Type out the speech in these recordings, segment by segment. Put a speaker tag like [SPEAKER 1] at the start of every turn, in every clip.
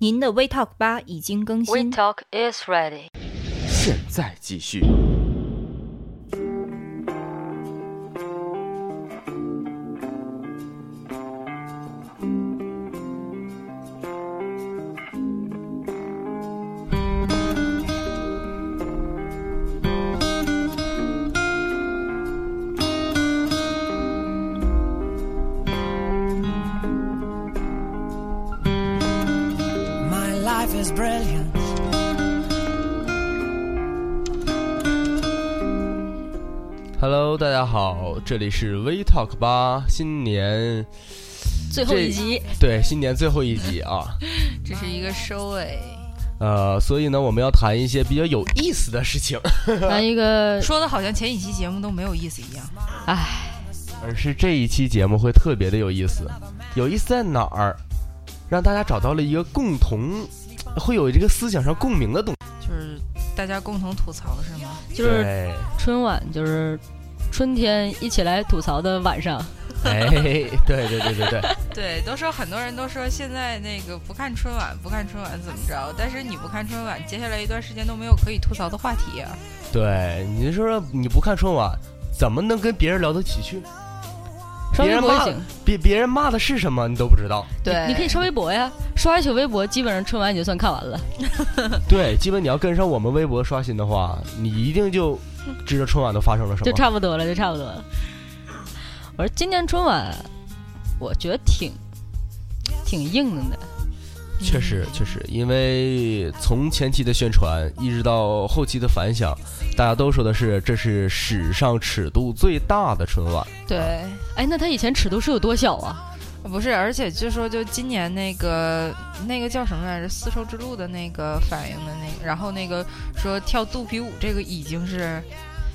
[SPEAKER 1] 您的 We Talk 吧已经更
[SPEAKER 2] We
[SPEAKER 1] 新。
[SPEAKER 2] Talk is ready。
[SPEAKER 3] 现在继续。
[SPEAKER 4] My life is brilliant.
[SPEAKER 5] Hello，大家好，这里是 We Talk 吧，新年
[SPEAKER 6] 最后一集，
[SPEAKER 5] 对新年最后一集啊，
[SPEAKER 6] 这是一个收尾，
[SPEAKER 5] 呃，所以呢，我们要谈一些比较有意思的事情，
[SPEAKER 6] 咱一 个，
[SPEAKER 7] 说的好像前几期节目都没有意思一样。
[SPEAKER 6] 唉，
[SPEAKER 5] 而是这一期节目会特别的有意思，有意思在哪儿？让大家找到了一个共同，会有这个思想上共鸣的东西。
[SPEAKER 7] 就是大家共同吐槽是吗？
[SPEAKER 6] 就是
[SPEAKER 5] 对
[SPEAKER 6] 春晚，就是春天一起来吐槽的晚上。
[SPEAKER 5] 哎，对对对对对，
[SPEAKER 7] 对，都说很多人都说现在那个不看春晚，不看春晚怎么着？但是你不看春晚，接下来一段时间都没有可以吐槽的话题啊。
[SPEAKER 5] 对，你说说你不看春晚，怎么能跟别人聊得起去？
[SPEAKER 6] 刷
[SPEAKER 5] 别
[SPEAKER 6] 微
[SPEAKER 5] 人
[SPEAKER 6] 博也
[SPEAKER 5] 骂
[SPEAKER 6] 行，
[SPEAKER 5] 别别人骂的是什么，你都不知 道。
[SPEAKER 7] 对
[SPEAKER 6] 你可以刷微博呀，刷一宿微博，基本上春晚你就算看完了。
[SPEAKER 5] 对，基本你要跟上我们微博刷新的话，你一定就知道春晚都发生了什
[SPEAKER 6] 就
[SPEAKER 5] 么。
[SPEAKER 6] 差不多了，就差不多了。我说今年春晚，我觉得挺挺硬的呢，
[SPEAKER 5] 确实，
[SPEAKER 7] 嗯
[SPEAKER 5] 确实，因为从前期的宣传一直到后期的反响，大家都说的是这是史上尺度最大的春晚。
[SPEAKER 7] 对，
[SPEAKER 6] 哎，那他以前尺度是有多小啊？
[SPEAKER 7] 不是，而且据说就今年那个那个叫什么来着，丝绸之路的那个反应的那个，然后那个说跳肚皮舞这个已经是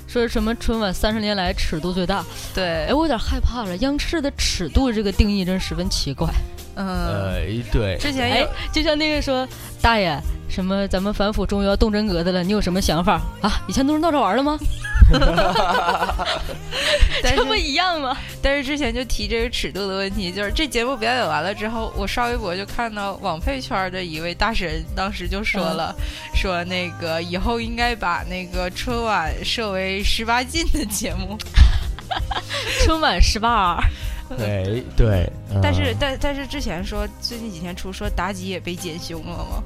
[SPEAKER 6] 说什么春晚三十年来尺度最大？
[SPEAKER 7] 对
[SPEAKER 6] 哎，，我有点害怕了。央视的尺度这个定义真十分奇怪。
[SPEAKER 7] 嗯，
[SPEAKER 5] 哎，对，
[SPEAKER 7] 之前
[SPEAKER 6] 哎
[SPEAKER 7] 有，
[SPEAKER 6] 就像那个说，大爷，什么咱们反腐终于要动真格的了，你有什么想法啊？以前都是闹着玩的吗？
[SPEAKER 7] 但是
[SPEAKER 6] 这不一样吗？
[SPEAKER 7] 但是之前就提这个尺度的问题，就是这节目表演完了之后，我刷微博就看到网配圈的一位大神，当时就说了，说那个以后应该把那个春晚设为十八禁的节目。
[SPEAKER 6] 春晚十八二，
[SPEAKER 5] 哎，对，嗯
[SPEAKER 7] 但是，但但是之前说最近几天出说妲己也被减凶了吗？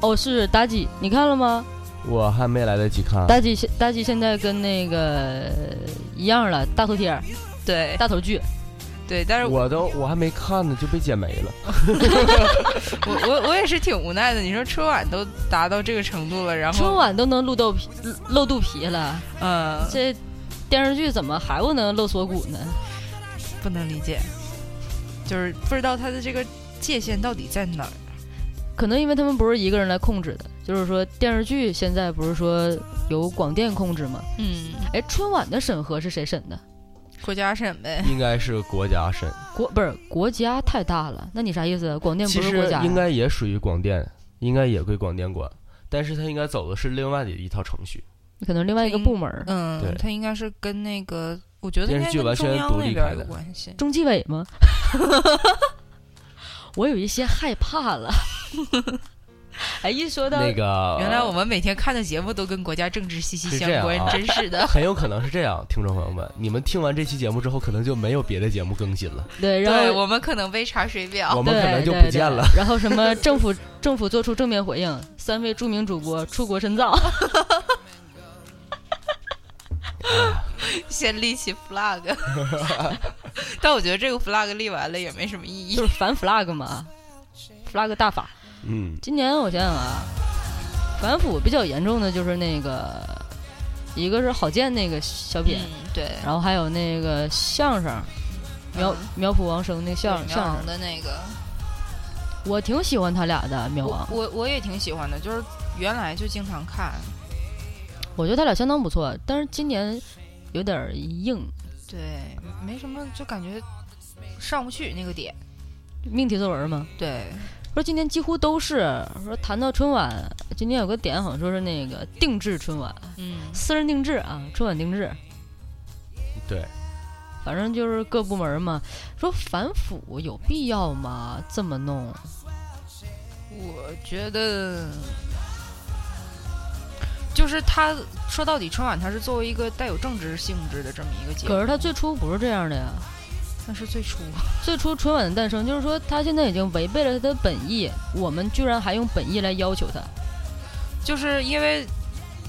[SPEAKER 6] 哦，是妲己，你看了吗？
[SPEAKER 5] 我还没来得及看。
[SPEAKER 6] 妲己现妲己现在跟那个一样了，大头贴儿、
[SPEAKER 7] 对
[SPEAKER 6] 大头剧，
[SPEAKER 7] 对，但是我
[SPEAKER 5] 我都我还没看呢，就被剪没了。
[SPEAKER 7] 我我我也是挺无奈的。你说春晚都达到这个程度了，然
[SPEAKER 6] 春
[SPEAKER 7] 后
[SPEAKER 6] 晚都能露豆皮露肚皮了，
[SPEAKER 7] 嗯，
[SPEAKER 6] 这电视剧怎么还不能露锁骨呢？
[SPEAKER 7] 不能理解，就是不知道他的这个界限到底在哪儿。
[SPEAKER 6] 可能因为他们不是一个人来控制的，就是说电视剧现在不是说由广电控制吗？
[SPEAKER 7] 嗯，
[SPEAKER 6] 哎，春晚的审核是谁审的？
[SPEAKER 7] 国家审呗。
[SPEAKER 5] 应该是国家审，
[SPEAKER 6] 国不是国家太大了，那你啥意思？广电
[SPEAKER 5] 其
[SPEAKER 6] 不是
[SPEAKER 5] 实
[SPEAKER 6] 国家呀，
[SPEAKER 5] 应该也属于广电，应该也归广电管，但是它应该走的是另外的一套程序。
[SPEAKER 6] 可能另外一个部门儿，
[SPEAKER 5] 对
[SPEAKER 7] 嗯，它应该是跟那个，我觉得应
[SPEAKER 5] 电视
[SPEAKER 7] 该
[SPEAKER 5] 剧完全
[SPEAKER 7] 跟中央
[SPEAKER 5] 独
[SPEAKER 7] 那
[SPEAKER 5] 立
[SPEAKER 7] 边
[SPEAKER 5] 开
[SPEAKER 7] 有
[SPEAKER 5] 的
[SPEAKER 7] 关系。
[SPEAKER 6] 中纪委吗？ 我有一些害怕了。哎，一说到
[SPEAKER 5] 那个，
[SPEAKER 7] 原来我们每天看的节目都跟国家政治息息
[SPEAKER 5] 啊是这
[SPEAKER 7] 相关，
[SPEAKER 5] 样啊
[SPEAKER 7] 真是 的。
[SPEAKER 5] 很有可能是这样，听众朋友们，你们听完这期节目之后，可能就没有别的节目更新了，
[SPEAKER 6] 对，然
[SPEAKER 7] 对
[SPEAKER 6] 后
[SPEAKER 7] 我们可能被查水表，
[SPEAKER 5] 我们可能就不见了。
[SPEAKER 6] 哦对对对然后什么政府政府做出正面回应，三位著名主播出国深造，
[SPEAKER 7] 先立起 flag。但我觉得这个 flag 立完了也没什么意义嗯
[SPEAKER 6] 就。是反 flag 嘛，flag 大法。
[SPEAKER 5] 嗯，
[SPEAKER 6] 今年我想想啊，反腐比较严重的就是那个，一个是郝建那个小品，
[SPEAKER 7] 嗯，对，
[SPEAKER 6] 然后还有那个相声，苗苗圃王声那个相
[SPEAKER 7] 就
[SPEAKER 6] 声
[SPEAKER 7] 是嗯苗
[SPEAKER 6] 相
[SPEAKER 7] 昂
[SPEAKER 6] 声，
[SPEAKER 7] 的那个，
[SPEAKER 6] 我挺喜欢他俩的苗
[SPEAKER 7] 我
[SPEAKER 6] 王，
[SPEAKER 7] 我我也挺喜欢的，就是原来就经常看。
[SPEAKER 6] 我觉得他俩相当不错，但是今年有点儿硬，
[SPEAKER 7] 对，没什么，就感觉上不去那个点。
[SPEAKER 6] 命题作文嘛。
[SPEAKER 7] 对，
[SPEAKER 6] 说今年几乎都是说谈到春晚，今年有个点好像说是那个定制春晚，
[SPEAKER 7] 嗯，
[SPEAKER 6] 私人定制啊，春晚定制，
[SPEAKER 5] 对，
[SPEAKER 6] 反正就是各部门嘛。说反腐有必要吗？这么弄？
[SPEAKER 7] 我觉得，就是他说到底，春晚它是作为一个带有政治性质的这么一个节目，
[SPEAKER 6] 可是它最初不是这样的呀。
[SPEAKER 7] 那是最初，
[SPEAKER 6] 最初春晚的诞生就是说，它现在已经违背了它的本意，我们居然还用本意来要求它。
[SPEAKER 7] 就是因为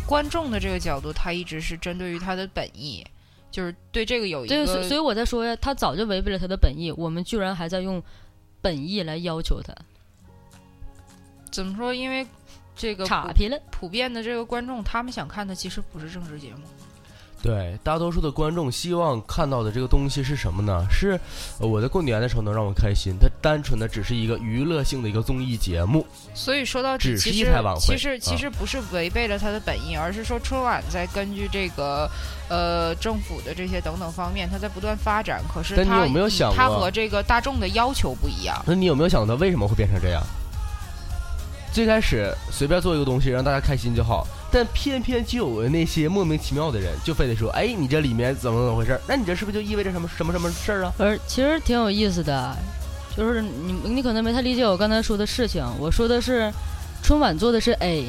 [SPEAKER 7] 观众的这个角度，他一直是针对于他的本意，就是对这个有一
[SPEAKER 6] 对，
[SPEAKER 7] 个
[SPEAKER 6] 所以所以我在说呀，他早就违背了他的本意，我们居然还在用本意来要求他，
[SPEAKER 7] 怎么说？因为这个
[SPEAKER 6] 岔
[SPEAKER 7] 普
[SPEAKER 6] 劈了。
[SPEAKER 7] 普遍的这个观众，他们想看的其实不是政治节目，
[SPEAKER 5] 对，大多数的观众希望看到的这个东西是什么呢？是呃我在过年的时候能让我开心，它单纯的只是一个娱乐性的一个综艺节目。
[SPEAKER 7] 所以说到
[SPEAKER 5] 只
[SPEAKER 7] 底，
[SPEAKER 5] 是
[SPEAKER 7] 其
[SPEAKER 5] 一
[SPEAKER 7] 实
[SPEAKER 5] 台晚会
[SPEAKER 7] 其实其
[SPEAKER 5] 啊
[SPEAKER 7] 实不是违背了他的本意，而是说春晚在根据这个呃政府的这些等等方面，它在不断发展。可是
[SPEAKER 5] 但你
[SPEAKER 7] 它
[SPEAKER 5] 有没有
[SPEAKER 7] 以
[SPEAKER 5] 想
[SPEAKER 7] 它
[SPEAKER 5] 过
[SPEAKER 7] 和这个大众的要求不一样？
[SPEAKER 5] 那你有没有想到为什么会变成这样？最开始随便做一个东西让大家开心就好，但偏偏就有那些莫名其妙的人就非得说，哎，你这里面怎么怎么回事儿？那你这是不是就意味着什么什么什么事儿啊？
[SPEAKER 6] 而其实挺有意思的，就是你你可能没太理解我刚才说的事情。我说的是，春晚做的是 A，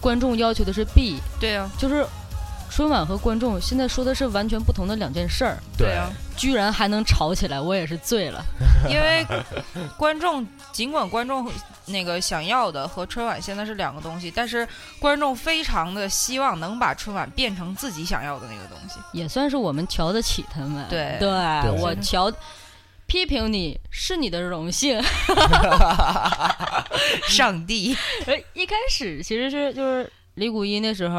[SPEAKER 6] 观众要求的是 B，
[SPEAKER 7] 对啊，
[SPEAKER 6] 就是春晚和观众现在说的是完全不同的两件事儿，
[SPEAKER 7] 对啊，
[SPEAKER 6] 居然还能吵起来，我也是醉了。
[SPEAKER 7] 因为观众尽管观众那个想要的和春晚现在是两个东西，但是观众非常的希望能把春晚变成自己想要的那个东 西。
[SPEAKER 6] 也算是我们瞧得起他们。
[SPEAKER 7] 对
[SPEAKER 6] 对
[SPEAKER 5] 对
[SPEAKER 6] 我瞧，批评你是你的荣幸。
[SPEAKER 7] 上帝，
[SPEAKER 6] 呃一开始其实是就是李谷一那时候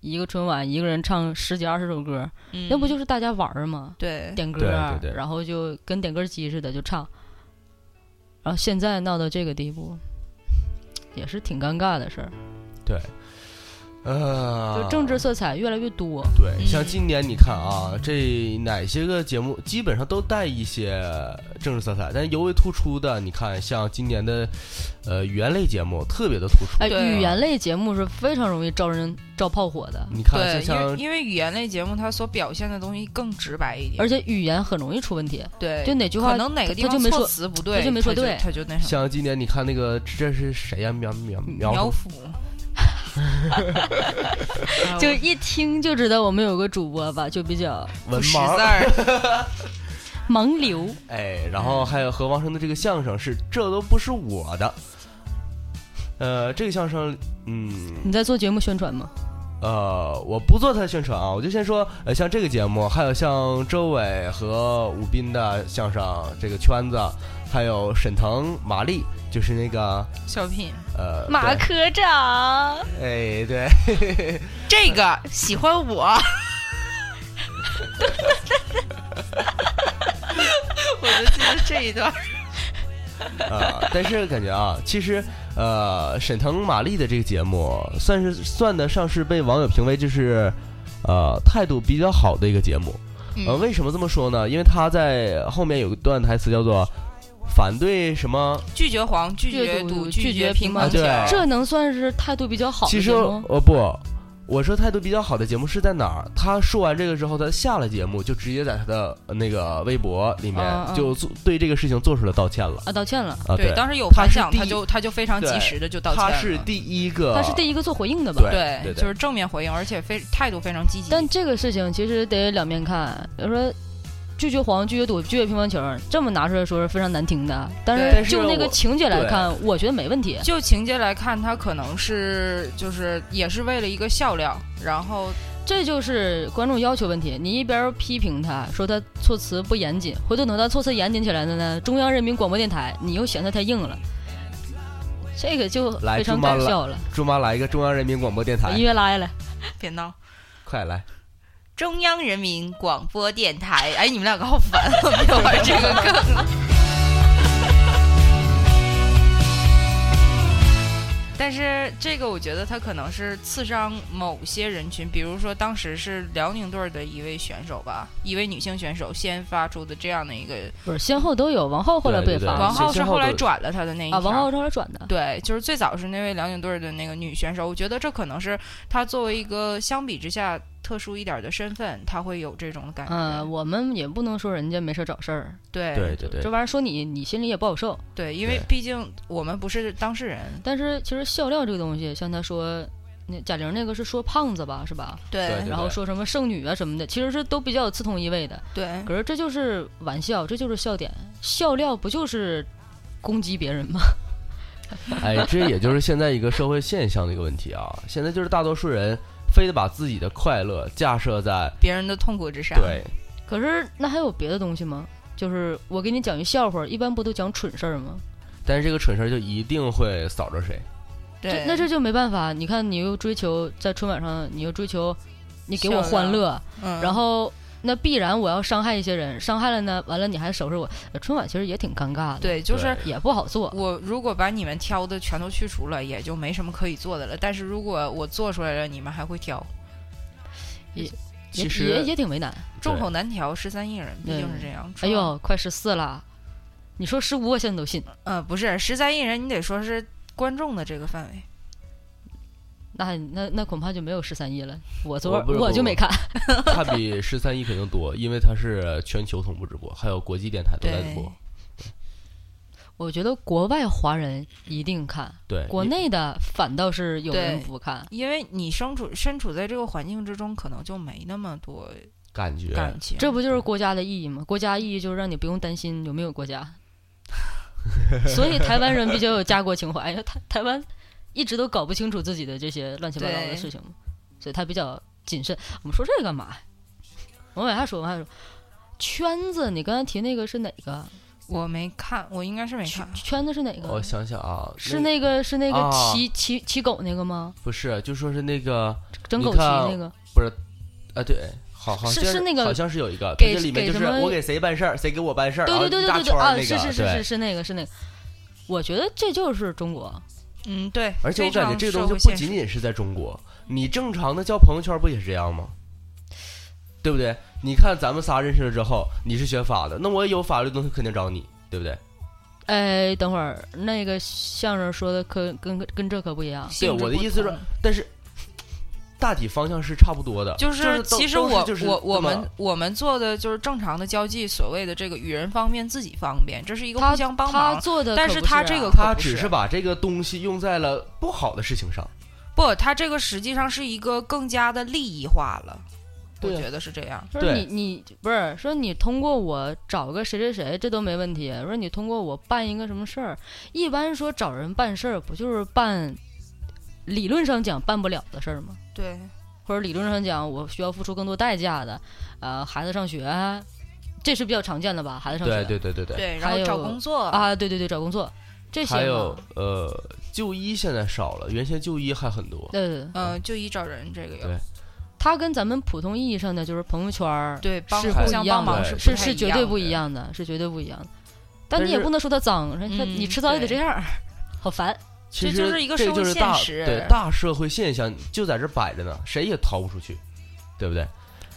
[SPEAKER 6] 一个春晚一个人唱十几二十首歌，嗯那不就是是大家玩儿吗？
[SPEAKER 7] 嗯对
[SPEAKER 6] 点歌，
[SPEAKER 5] 对对对
[SPEAKER 6] 然后就跟点歌机似的就唱，然后现在闹到这个地步，也是挺尴尬的事儿，
[SPEAKER 5] 呃，
[SPEAKER 6] 就政治色彩越来越多。
[SPEAKER 5] 对，
[SPEAKER 7] 嗯
[SPEAKER 5] 像今年你看啊，这哪些个节目基本上都带一些政治色彩，但尤为突出的，你看像今年的，呃，语言类节目特别的突出。
[SPEAKER 6] 哎，
[SPEAKER 7] 对啊
[SPEAKER 6] 语言类节目是非常容易招人招炮火的，
[SPEAKER 5] 你看像
[SPEAKER 7] 对，
[SPEAKER 5] 像
[SPEAKER 7] 因为因为语言类节目它所表现的东西更直白一点，
[SPEAKER 6] 而且语言很容易出问题，
[SPEAKER 7] 对，
[SPEAKER 6] 就哪句话
[SPEAKER 7] 可能哪个
[SPEAKER 6] 他
[SPEAKER 7] 地
[SPEAKER 6] 他
[SPEAKER 7] 方
[SPEAKER 6] 就没
[SPEAKER 7] 措
[SPEAKER 6] 说
[SPEAKER 7] 辞不对，
[SPEAKER 6] 他就没说对
[SPEAKER 7] 他就那什么。
[SPEAKER 5] 像今年你看那个这是谁呀、苗苗
[SPEAKER 7] 苗
[SPEAKER 5] 苗
[SPEAKER 7] 圃，哎
[SPEAKER 6] 就
[SPEAKER 7] 我
[SPEAKER 6] 一听就知道我们有个主播吧，就比较
[SPEAKER 5] 文
[SPEAKER 7] 不识字
[SPEAKER 5] 盲，
[SPEAKER 7] 儿，
[SPEAKER 6] 盲流。
[SPEAKER 5] 哎，然后还有何王生的这个相声是这都不是我的，呃，这个相声，嗯，
[SPEAKER 6] 你在做节目宣传吗？
[SPEAKER 5] 呃，我不做他的宣传啊，我就先说，呃，像这个节目，还有像周伟和武斌的相声这个圈子，还有沈腾、马丽，就是那个
[SPEAKER 7] 小品，
[SPEAKER 5] 呃，对，
[SPEAKER 6] 科长，
[SPEAKER 5] 哎，对，
[SPEAKER 7] 这个喜欢我。我就记得这一段，
[SPEAKER 5] 啊、但是感觉啊，其实呃，沈腾、马丽的这个节目，算是算得上是被网友评为就是呃态度比较好的一个节目。呃，
[SPEAKER 7] 嗯，
[SPEAKER 5] 为什么这么说呢？因为他在后面有一段台词叫做“反对什么
[SPEAKER 7] 拒绝黄，拒
[SPEAKER 6] 绝
[SPEAKER 7] 绝
[SPEAKER 6] 赌
[SPEAKER 7] 赌，
[SPEAKER 6] 拒
[SPEAKER 7] 拒
[SPEAKER 6] 绝
[SPEAKER 7] 乒
[SPEAKER 6] 乒
[SPEAKER 7] 乓
[SPEAKER 5] 乓球
[SPEAKER 7] 球，
[SPEAKER 5] 啊
[SPEAKER 6] 这能算是态度比较好
[SPEAKER 5] 其
[SPEAKER 6] 的
[SPEAKER 5] 实
[SPEAKER 6] 节目？
[SPEAKER 5] 呃不，我说态度比较好的节目是在哪儿？他说完这个之后，他下了节目就直接在他的呃那个微博里面
[SPEAKER 6] 嗯嗯
[SPEAKER 5] 就做对这个事情做出了道歉了
[SPEAKER 6] 啊，道歉了，
[SPEAKER 5] 啊。
[SPEAKER 7] 对，
[SPEAKER 5] 对，
[SPEAKER 7] 当时有
[SPEAKER 5] 他
[SPEAKER 7] 反
[SPEAKER 5] 是
[SPEAKER 7] 响，
[SPEAKER 5] 第
[SPEAKER 7] 他就他就非常及
[SPEAKER 5] 对
[SPEAKER 7] 时的就道歉
[SPEAKER 5] 他
[SPEAKER 7] 了。
[SPEAKER 5] 是第一个，
[SPEAKER 6] 他是第一个做回应的吧？
[SPEAKER 5] 对
[SPEAKER 7] 呃对，
[SPEAKER 5] 对
[SPEAKER 7] 就是正面回应，而且非态度非常积极。
[SPEAKER 6] 但这个事情其实得两面看，比如说。拒绝黄，拒绝赌，拒绝乒乓球，这么拿出来说是非常难听的。但
[SPEAKER 7] 对但
[SPEAKER 6] 是
[SPEAKER 5] 是
[SPEAKER 6] 就那个
[SPEAKER 5] 我
[SPEAKER 6] 情节来
[SPEAKER 5] 对
[SPEAKER 6] 看，我觉得没问题。
[SPEAKER 7] 就情节来看，他可能是就是也是为了一个笑料，然后
[SPEAKER 6] 这就是观众要求问题。你一边批评他说他措辞不严谨，回头等他措辞严谨起来了呢，中央人民广播电台你又嫌他太硬了，这个就
[SPEAKER 5] 来
[SPEAKER 6] 非常
[SPEAKER 5] 猪妈
[SPEAKER 6] 搞
[SPEAKER 5] 来
[SPEAKER 6] 笑了。
[SPEAKER 5] 猪妈来一个中央人民广播电
[SPEAKER 6] 把
[SPEAKER 5] 台
[SPEAKER 6] 音，乐拉下来，
[SPEAKER 7] 别闹。
[SPEAKER 5] 快来！
[SPEAKER 7] 中央人民广播电台，哎，你们两个好烦，我没 有玩这个梗了。 但是这个我觉得他可能是刺伤某些人群，比如说当时是辽宁队儿的一位选手吧，一位女性选手先发出的这样的一个，
[SPEAKER 6] 不是先后都有，王浩后来不也
[SPEAKER 5] 对对
[SPEAKER 6] 发
[SPEAKER 5] 啊
[SPEAKER 6] 了
[SPEAKER 7] 王
[SPEAKER 6] 吗
[SPEAKER 7] 浩是
[SPEAKER 5] 先后
[SPEAKER 7] 后来
[SPEAKER 5] 都
[SPEAKER 7] 转了他的那一条
[SPEAKER 6] 啊？王浩后来转的，
[SPEAKER 7] 对，就是最早是那位辽宁队儿的那个女选手，我觉得这可能是她作为一个相比之下特殊一点的身份，他会有这种
[SPEAKER 5] 哎
[SPEAKER 7] 感觉。
[SPEAKER 6] 嗯、我们也不能说人家没事儿找事儿，
[SPEAKER 7] 对
[SPEAKER 5] 对对对
[SPEAKER 6] 哎这玩意儿说你，你心里也不好受。
[SPEAKER 7] 对因为
[SPEAKER 5] 对
[SPEAKER 7] 毕竟我们不是当事人，
[SPEAKER 6] 但是其实笑料这个东西，像他说那贾玲那个是说胖子吧，是吧？
[SPEAKER 7] 对
[SPEAKER 5] 对对
[SPEAKER 6] 然后说什么剩女啊什么的，其实是都比较有刺痛意味的。
[SPEAKER 7] 对
[SPEAKER 6] 可是这就是玩笑，这就是笑点，笑料不就是攻击别人吗？
[SPEAKER 5] 哎，这也就是现在一个社会现象的一个问题啊。现在就是大多数人非得把自己的快乐架设在
[SPEAKER 7] 别人的痛苦之上。
[SPEAKER 5] 对，
[SPEAKER 6] 可是那还有别的东西吗？就是我给你讲一笑话，一般不都讲蠢事儿吗？
[SPEAKER 5] 但是这个蠢事儿就一定会扫着谁。
[SPEAKER 7] 对
[SPEAKER 6] 这，那这就没办法。你看，你又追求在春晚上，你又追求你给我欢乐，
[SPEAKER 7] 嗯，
[SPEAKER 6] 然后那必然我要伤害一些人，伤害了呢，完了你还收拾我。呃春晚其实也挺尴尬的，，
[SPEAKER 7] 对，就是
[SPEAKER 5] 对
[SPEAKER 6] 也不好做。
[SPEAKER 7] 我如果把你们挑的全都去除了，也就没什么可以做的了。但是如果我做出来了，你们还会挑，
[SPEAKER 6] 也
[SPEAKER 5] 其
[SPEAKER 6] 也
[SPEAKER 5] 实
[SPEAKER 6] 也挺为难。
[SPEAKER 7] 众口难调，十三亿人，毕
[SPEAKER 6] 对
[SPEAKER 7] 竟是这样。
[SPEAKER 6] 哎，呦，快十四了，你说十五我现在都信，
[SPEAKER 7] 呃，不是十三亿人，你得说是观众的这个范围。
[SPEAKER 6] 那那那恐怕就没有十三亿了。我昨
[SPEAKER 5] 我不是
[SPEAKER 6] 我就没看，
[SPEAKER 5] 它比十三亿肯定多，因为它是全球同步直播，还有国际电台都在直播。
[SPEAKER 6] 我觉得国外华人一定看，
[SPEAKER 5] 对，
[SPEAKER 6] 国内的反倒是有人
[SPEAKER 7] 对
[SPEAKER 6] 不看。
[SPEAKER 7] 因为你身处身处在这个环境之中，可能就没那么多
[SPEAKER 5] 感觉
[SPEAKER 7] 感情。
[SPEAKER 6] 这不就是国家的意义吗？国家意义就是让你不用担心有没有国家， 所以台湾人比较有家国情怀。因为台台湾一直都搞不清楚自己的这些乱七八糟的
[SPEAKER 7] 对
[SPEAKER 6] 事情嘛，所以他比较谨慎。我们说这个干嘛呀？我往下说，往下说。圈子，你刚才提那个是哪个？
[SPEAKER 7] 我没看，我应该是没看。
[SPEAKER 6] 圈子是哪个？
[SPEAKER 5] 我想想啊，
[SPEAKER 6] 是那个是那个
[SPEAKER 5] 啊
[SPEAKER 6] 骑骑骑狗那个吗？
[SPEAKER 5] 不是就说是那个
[SPEAKER 6] 整
[SPEAKER 5] 你
[SPEAKER 6] 狗骑
[SPEAKER 5] 看
[SPEAKER 6] 那个？
[SPEAKER 5] 啊，对，好好
[SPEAKER 6] 是
[SPEAKER 5] 像
[SPEAKER 6] 是那个
[SPEAKER 5] 好像是有一个，
[SPEAKER 6] 给
[SPEAKER 5] 这里
[SPEAKER 6] 给
[SPEAKER 5] 面就是
[SPEAKER 6] 什么
[SPEAKER 5] 我给谁办事儿，谁给我办事儿，
[SPEAKER 6] 对对对
[SPEAKER 5] 然后
[SPEAKER 6] 对
[SPEAKER 5] 一
[SPEAKER 6] 对对
[SPEAKER 5] 大圈儿
[SPEAKER 6] 啊！
[SPEAKER 5] 那个
[SPEAKER 6] 是是是
[SPEAKER 5] 对
[SPEAKER 6] 是是那个是那个。我觉得这就是中国，
[SPEAKER 7] 嗯，对。
[SPEAKER 5] 而且我
[SPEAKER 7] 非
[SPEAKER 5] 感觉
[SPEAKER 7] 常
[SPEAKER 5] 这个
[SPEAKER 7] 社
[SPEAKER 5] 东西
[SPEAKER 7] 会
[SPEAKER 5] 不
[SPEAKER 7] 现
[SPEAKER 5] 仅
[SPEAKER 7] 实
[SPEAKER 5] 仅是在中国，你正常的交朋友圈不也是这样吗？对不对？你看咱们仨认识了之后，你是学法的，那我有法律的东西肯定找你，对不对？
[SPEAKER 6] 哎，等会儿那个相声说的可跟跟跟这可不一样。
[SPEAKER 7] 性
[SPEAKER 5] 对
[SPEAKER 7] 质
[SPEAKER 5] 我的
[SPEAKER 7] 不
[SPEAKER 5] 意思是
[SPEAKER 7] 同
[SPEAKER 5] 但是大体方向是差不多的，
[SPEAKER 7] 就是
[SPEAKER 5] 都
[SPEAKER 7] 其实
[SPEAKER 5] 都是
[SPEAKER 7] 我
[SPEAKER 5] 就是
[SPEAKER 7] 我我
[SPEAKER 5] 这么
[SPEAKER 7] 们我们做的就是正常的交际，所谓的这个与人方便自己方便，这是一个
[SPEAKER 6] 他
[SPEAKER 7] 互相帮
[SPEAKER 6] 他
[SPEAKER 7] 忙。
[SPEAKER 6] 做的可
[SPEAKER 7] 但
[SPEAKER 6] 不是
[SPEAKER 7] 是
[SPEAKER 6] 啊，
[SPEAKER 7] 他这个
[SPEAKER 5] 他
[SPEAKER 7] 可不
[SPEAKER 5] 只
[SPEAKER 7] 是
[SPEAKER 5] 是把这个东西用在了不好的事情上。
[SPEAKER 7] 不，他这个实际上是一个更加的利益化了，我
[SPEAKER 5] 对啊
[SPEAKER 7] 觉得是这样。
[SPEAKER 6] 说你
[SPEAKER 5] 对
[SPEAKER 6] 你不是说你通过我找个谁谁谁，这都没问题。说你通过我办一个什么事儿，一般说找人办事儿，不就是办理论上讲办不了的事儿吗？
[SPEAKER 7] 对，
[SPEAKER 6] 或者理论上讲，我需要付出更多代价的，呃，孩子上学，这是比较常见的吧？孩子上学，
[SPEAKER 5] 对对对对对。
[SPEAKER 7] 对，然
[SPEAKER 6] 还
[SPEAKER 7] 后
[SPEAKER 6] 有
[SPEAKER 7] 找工作，
[SPEAKER 6] 啊，对对对，找工作这些嘛
[SPEAKER 5] 还有呃，就医现在少了，原先就医还很多。
[SPEAKER 6] 对对对，
[SPEAKER 7] 嗯，就医找人这个有
[SPEAKER 5] 对
[SPEAKER 6] 它跟咱们普通意义上的就是朋友圈儿，
[SPEAKER 7] 对帮
[SPEAKER 6] 是
[SPEAKER 7] 互
[SPEAKER 6] 不
[SPEAKER 7] 相
[SPEAKER 6] 一
[SPEAKER 7] 帮
[SPEAKER 6] 样
[SPEAKER 7] 忙
[SPEAKER 6] 的，
[SPEAKER 5] 是
[SPEAKER 7] 是
[SPEAKER 6] 是是绝对不一样的，是绝对不一样的。但
[SPEAKER 5] 但
[SPEAKER 6] 你也
[SPEAKER 5] 是
[SPEAKER 6] 不能说它脏，人家
[SPEAKER 7] 嗯
[SPEAKER 6] 你迟早也得这样儿，好烦。
[SPEAKER 5] 其
[SPEAKER 7] 这
[SPEAKER 5] 实
[SPEAKER 7] 就是一个
[SPEAKER 5] 这
[SPEAKER 7] 社会
[SPEAKER 5] 就是大
[SPEAKER 7] 现实
[SPEAKER 5] 对大社会现象就在这儿摆着呢，谁也逃不出去，对不对？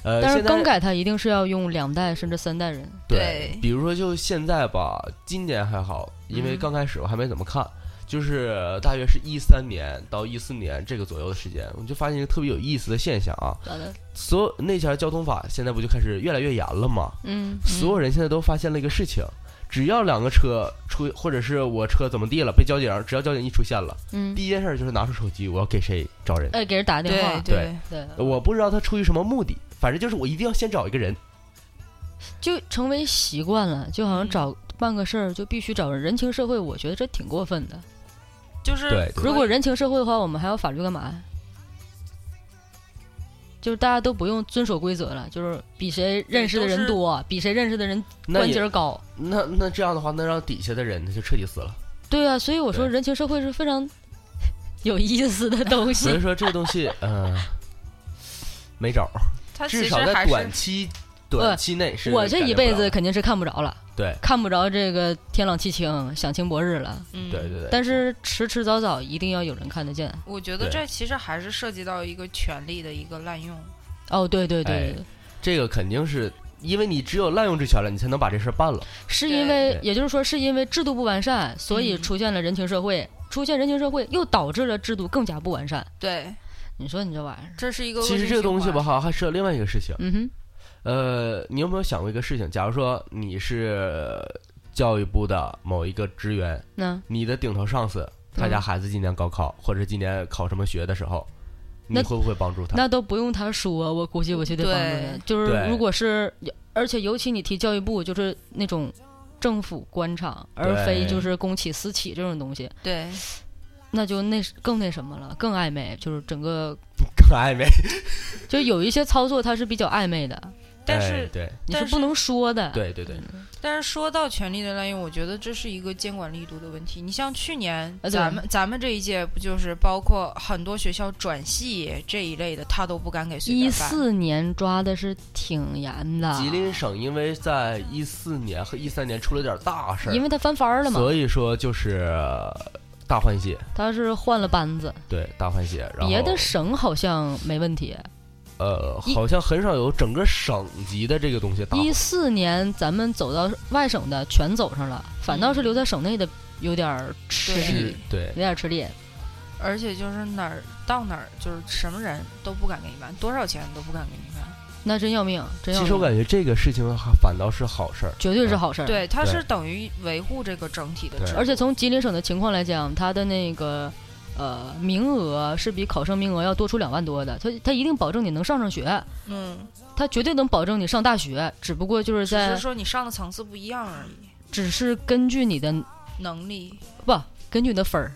[SPEAKER 5] 呃，
[SPEAKER 6] 但是
[SPEAKER 5] 现在
[SPEAKER 6] 更改它一定是要用两代甚至三代人。
[SPEAKER 5] 对
[SPEAKER 7] 对，
[SPEAKER 5] 比如说就现在吧，今年还好，因为
[SPEAKER 7] 嗯
[SPEAKER 5] 刚开始我还没怎么看，就是大约是一三年到一四年这个左右的时间，我就发现一个特别有意思的现象啊，
[SPEAKER 6] 完了，
[SPEAKER 5] 所有那条交通法现在不就开始越来越严了吗？
[SPEAKER 6] 嗯，
[SPEAKER 5] 所有人现在都发现了一个事情，只要两个车出，或者是我车怎么地了被交警，只要交警一出现了，
[SPEAKER 6] 嗯，
[SPEAKER 5] 第一件事就是拿出手机，我要给谁找人。
[SPEAKER 6] 哎，给人打个电话
[SPEAKER 7] 对，对
[SPEAKER 6] 对，
[SPEAKER 5] 我不知道他出于什么目的，反正就是我一定要先找一个人。
[SPEAKER 6] 就成为习惯了，就好像
[SPEAKER 7] 嗯
[SPEAKER 6] 找办个事儿就必须找人。人情社会，我觉得这挺过分的。
[SPEAKER 7] 就是
[SPEAKER 5] 对对
[SPEAKER 6] 如果人情社会的话，我们还要法律干嘛呀？就是大家都不用遵守规则了，就是比谁认识的
[SPEAKER 7] 对都
[SPEAKER 6] 人
[SPEAKER 7] 是
[SPEAKER 6] 多，比谁认识的人
[SPEAKER 5] 那
[SPEAKER 6] 关节
[SPEAKER 5] 也
[SPEAKER 6] 儿高。
[SPEAKER 5] 那那这样的话，那让底下的人他就彻底死了。
[SPEAKER 6] 对啊，所以我说
[SPEAKER 5] 对
[SPEAKER 6] 人情社会是非常有意思的东
[SPEAKER 5] 所以
[SPEAKER 6] 西。
[SPEAKER 5] 说这个东西，嗯、没招儿，
[SPEAKER 7] 他其
[SPEAKER 5] 至
[SPEAKER 7] 实
[SPEAKER 5] 少在
[SPEAKER 7] 还是
[SPEAKER 5] 短期短期内是
[SPEAKER 6] 呃我这一辈子
[SPEAKER 5] 改变
[SPEAKER 6] 肯定是看不着了，
[SPEAKER 5] 不了的
[SPEAKER 6] 看不着这个天朗气清、享清博日了。
[SPEAKER 7] 嗯
[SPEAKER 5] 对对对对，
[SPEAKER 6] 但是迟迟早早一定要有人看得见。
[SPEAKER 7] 我觉得
[SPEAKER 5] 对
[SPEAKER 7] 这其实还是涉及到一个权力的一个滥用。
[SPEAKER 6] 哦，对对对对
[SPEAKER 5] 哎这个肯定是因为你只有滥用职权了，你才能把这事儿办了。
[SPEAKER 6] 是
[SPEAKER 7] 对
[SPEAKER 6] 因为，
[SPEAKER 5] 对
[SPEAKER 6] 也就是说，是因为制度不完善，所以
[SPEAKER 7] 嗯
[SPEAKER 6] 出现了人情社会。出现人情社会，又导致了制度更加不完善。
[SPEAKER 7] 对，
[SPEAKER 6] 你说你这玩意儿，
[SPEAKER 7] 这是一个恶
[SPEAKER 5] 其
[SPEAKER 7] 性
[SPEAKER 5] 实这个东西
[SPEAKER 7] 循
[SPEAKER 5] 吧，
[SPEAKER 7] 环，
[SPEAKER 5] 哈，还涉及另外一个事情。
[SPEAKER 6] 嗯哼，
[SPEAKER 5] 呃，你有没有想过一个事情？假如说你是教育部的某一个职员，
[SPEAKER 6] 那
[SPEAKER 5] 你的顶头上司，他
[SPEAKER 6] 嗯
[SPEAKER 5] 家孩子今年高考、或者今年考什么学的时候，你
[SPEAKER 6] 那
[SPEAKER 5] 会不会帮助他？
[SPEAKER 6] 那都不用他说，我估计我就得帮助
[SPEAKER 7] 对
[SPEAKER 6] 他。就是
[SPEAKER 5] 对
[SPEAKER 6] 如果是，而且尤其你提教育部，就是那种政府官场，而
[SPEAKER 5] 对
[SPEAKER 6] 非就是公企私企这种东西，
[SPEAKER 5] 哎
[SPEAKER 7] 对，
[SPEAKER 6] 那就那更那什么了，更暧昧。就是整个，
[SPEAKER 5] 更暧昧，
[SPEAKER 6] 就有一些操作它是比较暧昧的，
[SPEAKER 7] 但
[SPEAKER 5] 哎
[SPEAKER 7] 是
[SPEAKER 5] 对
[SPEAKER 6] 你
[SPEAKER 7] 但
[SPEAKER 6] 是啊
[SPEAKER 7] 是
[SPEAKER 6] 不能说的。
[SPEAKER 5] 对对对，
[SPEAKER 7] 但是说到权力的滥用，我觉得这是一个监管力度的问题。你像去年
[SPEAKER 5] 啊
[SPEAKER 6] 呃对
[SPEAKER 7] 咱们咱们这一届，不就是包括很多学校转系这一类的，他都不敢给随
[SPEAKER 6] 一
[SPEAKER 7] 便办。
[SPEAKER 6] 四年抓的是挺严的，
[SPEAKER 5] 吉林省因为在一四年和一三年出了点大事儿，
[SPEAKER 6] 因为他翻番儿了嘛，
[SPEAKER 5] 所以说就是呃大换血，
[SPEAKER 6] 他是换了班子。
[SPEAKER 5] 对大换血。然后
[SPEAKER 6] 别的省好像没问题。
[SPEAKER 5] 呃，
[SPEAKER 6] 一
[SPEAKER 5] 好像很少有整个省级的这个东西大换
[SPEAKER 6] 一四年咱们走到外省的全走上了，反倒是留在省内的有点儿吃
[SPEAKER 7] 对
[SPEAKER 5] 是
[SPEAKER 6] 力，
[SPEAKER 5] 对
[SPEAKER 6] 有点儿吃力。
[SPEAKER 7] 而且就是哪儿到哪儿，就是什么人都不敢给你办，多少钱都不敢给你办。
[SPEAKER 6] 那真要命，真要
[SPEAKER 5] 其实我
[SPEAKER 6] 命，
[SPEAKER 5] 感觉这个事情还反倒是好事儿，
[SPEAKER 6] 绝对是好事儿。，
[SPEAKER 7] 对，它
[SPEAKER 5] 对
[SPEAKER 7] 是等于维护这个整体的
[SPEAKER 5] 对
[SPEAKER 7] 制度。
[SPEAKER 6] 而且从吉林省的情况来讲，它的那个呃名额是比考生名额要多出两万多的，它它一定保证你能上上学，
[SPEAKER 7] 嗯，
[SPEAKER 6] 它绝对能保证你上大学，只不过就是
[SPEAKER 7] 只是
[SPEAKER 6] 在
[SPEAKER 7] 说你上的层次不一样而已，
[SPEAKER 6] 只是根据你的
[SPEAKER 7] 能力。
[SPEAKER 6] 不根据你的分儿，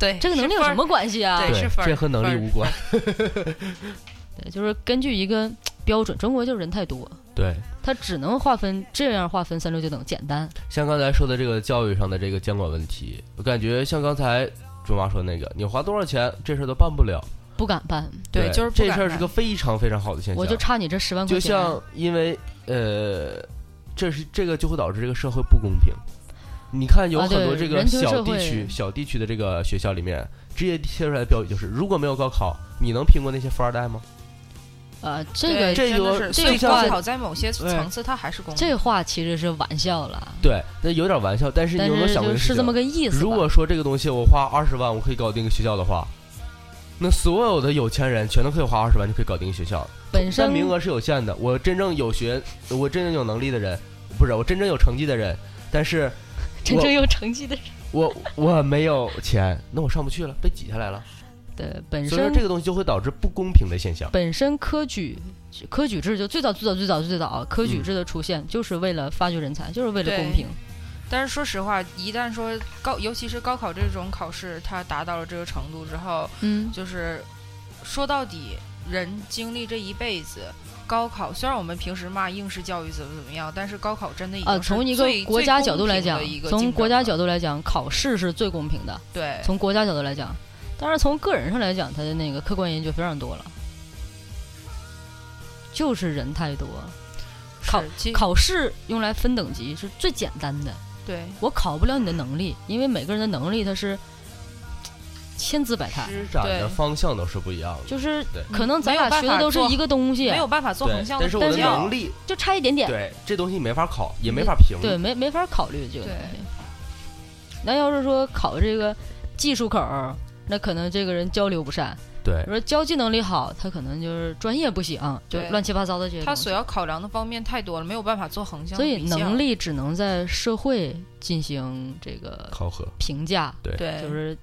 [SPEAKER 7] 对，
[SPEAKER 6] 这个能力有
[SPEAKER 7] 是分
[SPEAKER 6] 什？
[SPEAKER 7] 儿
[SPEAKER 6] 么关系啊？
[SPEAKER 7] 对是分儿
[SPEAKER 5] 这和能力
[SPEAKER 7] 分儿
[SPEAKER 5] 无关。
[SPEAKER 6] 对，就是根据一个标准，中国就是人太多，
[SPEAKER 5] 对，
[SPEAKER 6] 它只能划分这样划分三六九等，简单。
[SPEAKER 5] 像刚才说的这个教育上的这个监管问题，我感觉像刚才准妈说那个，你花多少钱这事儿都办不了。
[SPEAKER 6] 不敢办，
[SPEAKER 7] 对，就是不
[SPEAKER 5] 这
[SPEAKER 7] 敢
[SPEAKER 5] 事儿是
[SPEAKER 7] 办
[SPEAKER 5] 个非常非常好的现象。
[SPEAKER 6] 我就差你这十万块
[SPEAKER 5] 就
[SPEAKER 6] 钱。
[SPEAKER 5] 像因为呃，这是这个就会导致这个社会不公平。你看，有
[SPEAKER 6] 啊
[SPEAKER 5] 很
[SPEAKER 6] 对
[SPEAKER 5] 多这个
[SPEAKER 6] 人情
[SPEAKER 5] 小
[SPEAKER 6] 社
[SPEAKER 5] 地区、
[SPEAKER 6] 会
[SPEAKER 5] 小地区的这个学校里面，直接贴出来的标语就是：如果没有高考，你能拼过那些富二代吗？
[SPEAKER 6] 嗯呃，这个
[SPEAKER 5] 这
[SPEAKER 7] 对真
[SPEAKER 5] 有
[SPEAKER 7] 的是，
[SPEAKER 6] 这
[SPEAKER 7] 所以
[SPEAKER 6] 个
[SPEAKER 7] 高
[SPEAKER 6] 话
[SPEAKER 7] 考在某些
[SPEAKER 5] 对
[SPEAKER 7] 层次它还是公平。
[SPEAKER 6] 这话其实是玩笑了，
[SPEAKER 5] 对，那有点玩笑，但是你
[SPEAKER 6] 但
[SPEAKER 5] 有没有
[SPEAKER 6] 是
[SPEAKER 5] 想过
[SPEAKER 6] 就
[SPEAKER 5] 个事
[SPEAKER 6] 是
[SPEAKER 5] 情啊
[SPEAKER 6] 这么个意思吧。
[SPEAKER 5] 如果说这个东西我花二十万我可以搞定一个学校的话，那所有的有钱人全都可以花二十万就可以搞定一个学校。
[SPEAKER 6] 本身
[SPEAKER 5] 但名额是有限的，我真正有学，我真正有能力的人，不是我真正有成绩的人，但是
[SPEAKER 6] 真正有成绩的人，
[SPEAKER 5] 我我没有钱，那我上不去了，被挤下来了。
[SPEAKER 6] 对本
[SPEAKER 5] 所以说
[SPEAKER 6] 身
[SPEAKER 5] 这个东西就会导致不公平的现象。
[SPEAKER 6] 本身科举科举制就最早最早最早最早科
[SPEAKER 5] 嗯
[SPEAKER 6] 举制的出现，就是为了发掘人才，就是为了
[SPEAKER 7] 对
[SPEAKER 6] 公平。
[SPEAKER 7] 但是说实话，一旦说高，尤其是高考这种考试，它达到了这个程度之后，
[SPEAKER 6] 嗯，
[SPEAKER 7] 就是说到底，人经历这一辈子。高考虽然我们平时骂应试教育怎么怎么样，但是高考真的已经
[SPEAKER 6] 啊，
[SPEAKER 7] 是
[SPEAKER 6] 从一个
[SPEAKER 7] 最
[SPEAKER 6] 国家角度来讲
[SPEAKER 7] 最公平的一，个
[SPEAKER 6] 从国家
[SPEAKER 7] 竞争
[SPEAKER 6] 角度来讲，考试是最公平的。
[SPEAKER 7] 了对
[SPEAKER 6] 从国家角度来讲，当然从个人上来讲，他的那个客观因就非常多了，就是人太多。考
[SPEAKER 7] 是其
[SPEAKER 6] 考试用来分等级是最简单的，
[SPEAKER 7] 对
[SPEAKER 6] 我考不了你的能力，因为每个人的能力他是千姿百态，
[SPEAKER 5] 施展的
[SPEAKER 7] 对
[SPEAKER 5] 方向都是不一样的，
[SPEAKER 6] 就是
[SPEAKER 5] 对
[SPEAKER 6] 可能咱俩学的都是一个东西啊
[SPEAKER 7] 没，有办法做
[SPEAKER 5] 对
[SPEAKER 7] 横向，的
[SPEAKER 5] 但
[SPEAKER 7] 比
[SPEAKER 5] 是
[SPEAKER 7] 较，
[SPEAKER 5] 我
[SPEAKER 6] 但
[SPEAKER 5] 的
[SPEAKER 6] 是
[SPEAKER 5] 能力，
[SPEAKER 6] 就差一点点，
[SPEAKER 5] 对这东西没法考，也没法评。
[SPEAKER 6] 对，没没法考虑这个东
[SPEAKER 7] 对
[SPEAKER 6] 西。那要是说考这个技术口儿，那可能这个人交流不善，
[SPEAKER 5] 对
[SPEAKER 6] 比如说交际能力好，他可能就是专业不行，就
[SPEAKER 7] 对
[SPEAKER 6] 乱七八糟的这些
[SPEAKER 7] 他
[SPEAKER 6] 东西
[SPEAKER 7] 所要考量的方面太多了，没有办法做横向的
[SPEAKER 6] 所以
[SPEAKER 7] 比较。
[SPEAKER 6] 能力只能在社会进行这个
[SPEAKER 5] 考核。
[SPEAKER 6] 评价，
[SPEAKER 7] 对，
[SPEAKER 6] 就是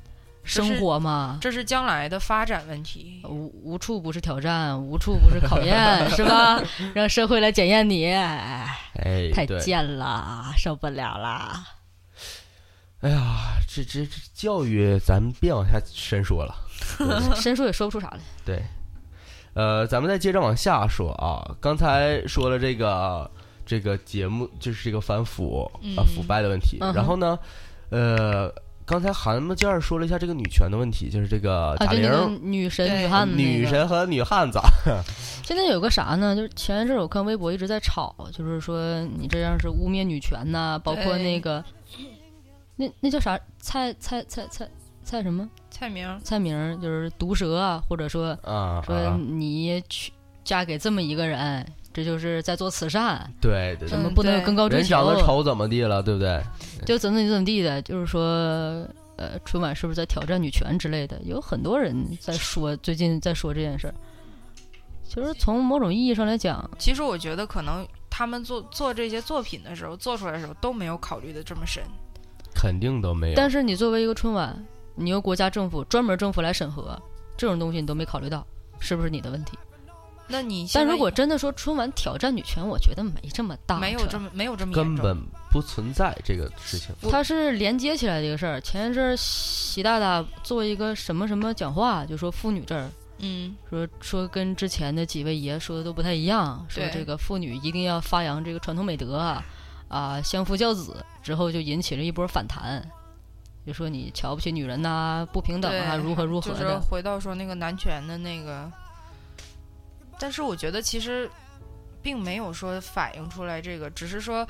[SPEAKER 7] 这是
[SPEAKER 6] 生活嘛，
[SPEAKER 7] 这是将来的发展问题。
[SPEAKER 6] 无无处不是挑战，无处不是考 验，是吧？让社会来检验你，哎
[SPEAKER 5] 哎，
[SPEAKER 6] 太
[SPEAKER 5] 对
[SPEAKER 6] 贱了，受不了 了。
[SPEAKER 5] 哎呀，这这这教育，咱们别往下深 说了。
[SPEAKER 6] 申叔也说不出啥来，
[SPEAKER 5] 对，呃，咱们再接着往下说啊。刚才说了这个这个节目就是这个反腐啊
[SPEAKER 7] 嗯
[SPEAKER 5] 腐败的问题，
[SPEAKER 6] 嗯哼
[SPEAKER 5] 然后呢，呃，刚才韩木健儿说了一下这个女权的问题，就是这个
[SPEAKER 6] 啊，
[SPEAKER 5] 贾
[SPEAKER 6] 对
[SPEAKER 5] 玲
[SPEAKER 6] 那
[SPEAKER 5] 儿、
[SPEAKER 6] 个女神
[SPEAKER 7] 对
[SPEAKER 6] 女汉子、那个，
[SPEAKER 5] 女神和女汉子，
[SPEAKER 6] 现在有个啥呢？就是前一阵儿我看微博一直在吵，就是说你这样是污蔑女权呐、包括
[SPEAKER 7] 对
[SPEAKER 6] 那个，那那叫啥蔡蔡蔡蔡蔡什么
[SPEAKER 7] 蔡明儿，
[SPEAKER 6] 蔡明儿，就是毒舌啊，或者说
[SPEAKER 5] 啊，
[SPEAKER 6] 说
[SPEAKER 5] 啊
[SPEAKER 6] 你去嫁给这么一个人，这就是在做慈善，
[SPEAKER 5] 对对
[SPEAKER 6] 什
[SPEAKER 5] 对，
[SPEAKER 6] 么
[SPEAKER 7] 嗯
[SPEAKER 6] 不能有
[SPEAKER 7] 对
[SPEAKER 6] 更高追
[SPEAKER 5] 人
[SPEAKER 6] 求嗯
[SPEAKER 5] 长，得丑怎么地了，对不对？
[SPEAKER 6] 就怎么怎么地的，就是说呃，春晚是不是在挑战女权之类的，有很多人在说，最近在说这件事儿。其实从某种意义上来讲，
[SPEAKER 7] 其实我觉得可能他们做做这些作品的时候，做出来的时候都没有考虑的这么深。
[SPEAKER 5] 肯定都没有。
[SPEAKER 6] 但是你作为一个春晚，你由国家政府专门政府来审核这种东西，你都没考虑到，是不是你的问题？
[SPEAKER 7] 那你现
[SPEAKER 6] 但
[SPEAKER 7] 在
[SPEAKER 6] 如果真的说春晚挑战女权，我觉得没这么大，
[SPEAKER 7] 没有这。么没有这么严
[SPEAKER 5] 根
[SPEAKER 7] 重
[SPEAKER 5] 本不存在这个事情。
[SPEAKER 6] 它是连接起来的一个事儿。前一阵儿，习大大做一个什么什么讲话，就说妇女这儿，
[SPEAKER 7] 嗯
[SPEAKER 6] 说说跟之前的几位爷说的都不太一样，说
[SPEAKER 7] 对
[SPEAKER 6] 这个妇女一定要发扬这个传统美德啊，啊，相夫教子，之后就引起了一波反弹，就说你瞧不起女人呐、不平等啊，
[SPEAKER 7] 对
[SPEAKER 6] 如何如何
[SPEAKER 7] 就是
[SPEAKER 6] 的。
[SPEAKER 7] 回到说那个男权的那个，但是我觉得其实并没有说反映出来这个，只是说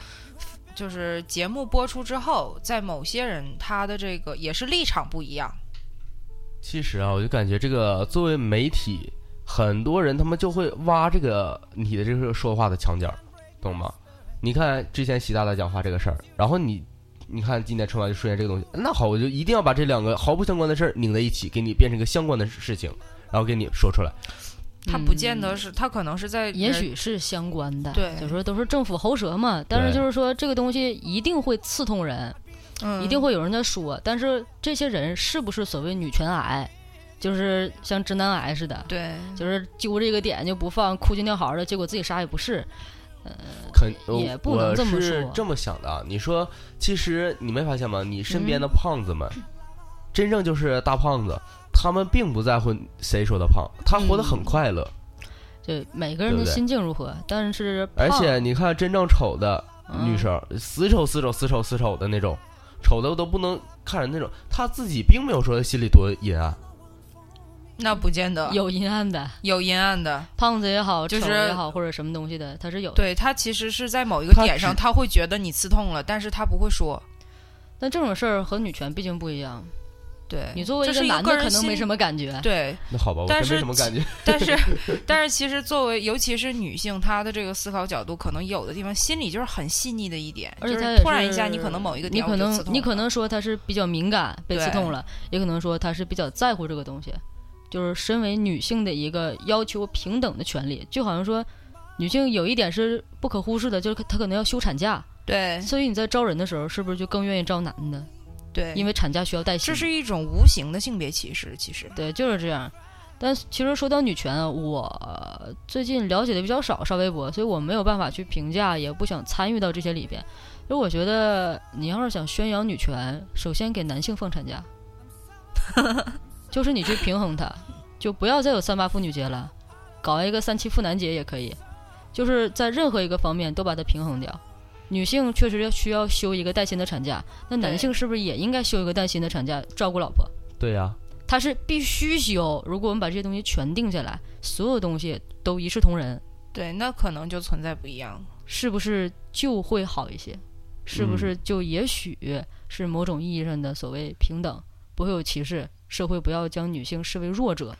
[SPEAKER 7] 就是节目播出之后，在某些人他的这个也是立场不一样，
[SPEAKER 5] 其实啊，我就感觉这个作为媒体，很多人他们就会挖这个你的这个说话的墙角，懂吗？你看之前习大大讲话这个事儿，然后你，你看今年春晚就出现这个东西，那好，我就一定要把这两个毫不相关的事儿拧在一起，给你变成一个相关的事情，然后给你说出来。
[SPEAKER 7] 他不见得是、他可能是在
[SPEAKER 6] 嗯也
[SPEAKER 7] 人
[SPEAKER 6] 许是相关的，
[SPEAKER 7] 对
[SPEAKER 6] 有时候都是政府喉舌嘛。但是
[SPEAKER 5] 对
[SPEAKER 6] 就是说，这个东西一定会刺痛人，
[SPEAKER 7] 嗯
[SPEAKER 6] 一定会有人在说。但是这些人是不是所谓女权癌，就是像直男癌似的，
[SPEAKER 7] 对，
[SPEAKER 6] 就是揪这个点就不放，哭鸡尿嚎的，结果自己啥也不是。
[SPEAKER 5] 肯我
[SPEAKER 6] 哎也不能这么说
[SPEAKER 5] 我是这么想的啊。你说，其实你没发现吗？你身边的胖子们，
[SPEAKER 6] 嗯
[SPEAKER 5] 真正就是大胖子，他们并不在乎谁说他胖，他活得很
[SPEAKER 6] 嗯
[SPEAKER 5] 快乐。
[SPEAKER 6] 就每个人的
[SPEAKER 5] 对不对
[SPEAKER 6] 心境如何，但是胖
[SPEAKER 5] 而且你看，真正丑的
[SPEAKER 6] 嗯
[SPEAKER 5] 女生，死丑死丑死丑死丑的那种，丑的都不能看人那种，她自己并没有说心里多阴暗。
[SPEAKER 7] 那不见得
[SPEAKER 6] 有阴暗的，
[SPEAKER 7] 有阴暗的，
[SPEAKER 6] 胖子也好，
[SPEAKER 7] 呃就是
[SPEAKER 6] 丑也好，或者什么东西的，他是有的。
[SPEAKER 7] 对他其实是在某一个
[SPEAKER 5] 他
[SPEAKER 7] 点上，
[SPEAKER 5] 只
[SPEAKER 7] 他会觉得你刺痛了，但是他不会说。
[SPEAKER 6] 但这种事儿和女权毕竟不一样。
[SPEAKER 7] 对
[SPEAKER 6] 你作为一
[SPEAKER 7] 这是
[SPEAKER 6] 个
[SPEAKER 7] 一个
[SPEAKER 6] 男的，
[SPEAKER 7] 人
[SPEAKER 6] 可能没
[SPEAKER 7] 心
[SPEAKER 6] 什么感觉。
[SPEAKER 7] 对，
[SPEAKER 5] 那好吧，我
[SPEAKER 7] 但
[SPEAKER 5] 真没
[SPEAKER 7] 是
[SPEAKER 5] 什么感觉。
[SPEAKER 7] 但是， 但是，其实作为尤其是女性，她的这个思考角度，可能有的地方心里就是很细腻的一点，
[SPEAKER 6] 而且
[SPEAKER 7] 就
[SPEAKER 6] 她
[SPEAKER 7] 是
[SPEAKER 6] 也
[SPEAKER 7] 突然一下，
[SPEAKER 6] 是
[SPEAKER 7] 你可能某一个
[SPEAKER 6] 你
[SPEAKER 7] 点
[SPEAKER 6] 可
[SPEAKER 7] 我就
[SPEAKER 6] 能
[SPEAKER 7] 刺痛
[SPEAKER 6] 你可
[SPEAKER 7] 了
[SPEAKER 6] 能说他是比较敏感被刺
[SPEAKER 7] 对
[SPEAKER 6] 痛了，也可能说他是比较在乎这个东西，就是身为女性的一个要求平等的权利，就好像说。女性有一点是不可忽视的，就是她可能要休产假，
[SPEAKER 7] 对
[SPEAKER 6] 所以你在招人的时候，是不是就更愿意招男的？
[SPEAKER 7] 对，
[SPEAKER 6] 因
[SPEAKER 7] 为
[SPEAKER 6] 为嗯产假需要带薪。
[SPEAKER 7] 这是一种无形的性别歧视，其实
[SPEAKER 6] 对，就是这样。但其实说到女权啊，我最近了解的比较少，刷微博，所以我没有办法去评价，也不想参与到这些里边。因为我觉得，你要是想宣扬女权，首先给男性放产假， 就是你去平衡它，就不要再有三八妇女节了，搞一个三七妇男节也可以，就是在任何一个方面都把它平衡掉。女性确实要需要休一个带薪的产假，那男
[SPEAKER 7] 对
[SPEAKER 6] 性是不是也应该休一个带薪的产假，照顾老婆？
[SPEAKER 5] 对呀、
[SPEAKER 6] 它是必须修。如果我们把这些东西全定下来，所有东西都一视同仁，
[SPEAKER 7] 对，那可能就存在不一样。
[SPEAKER 6] 是不是就会好一些？是不是就也许是某种意义上的所谓平等，不会有歧视，社会不要将女性视为弱者。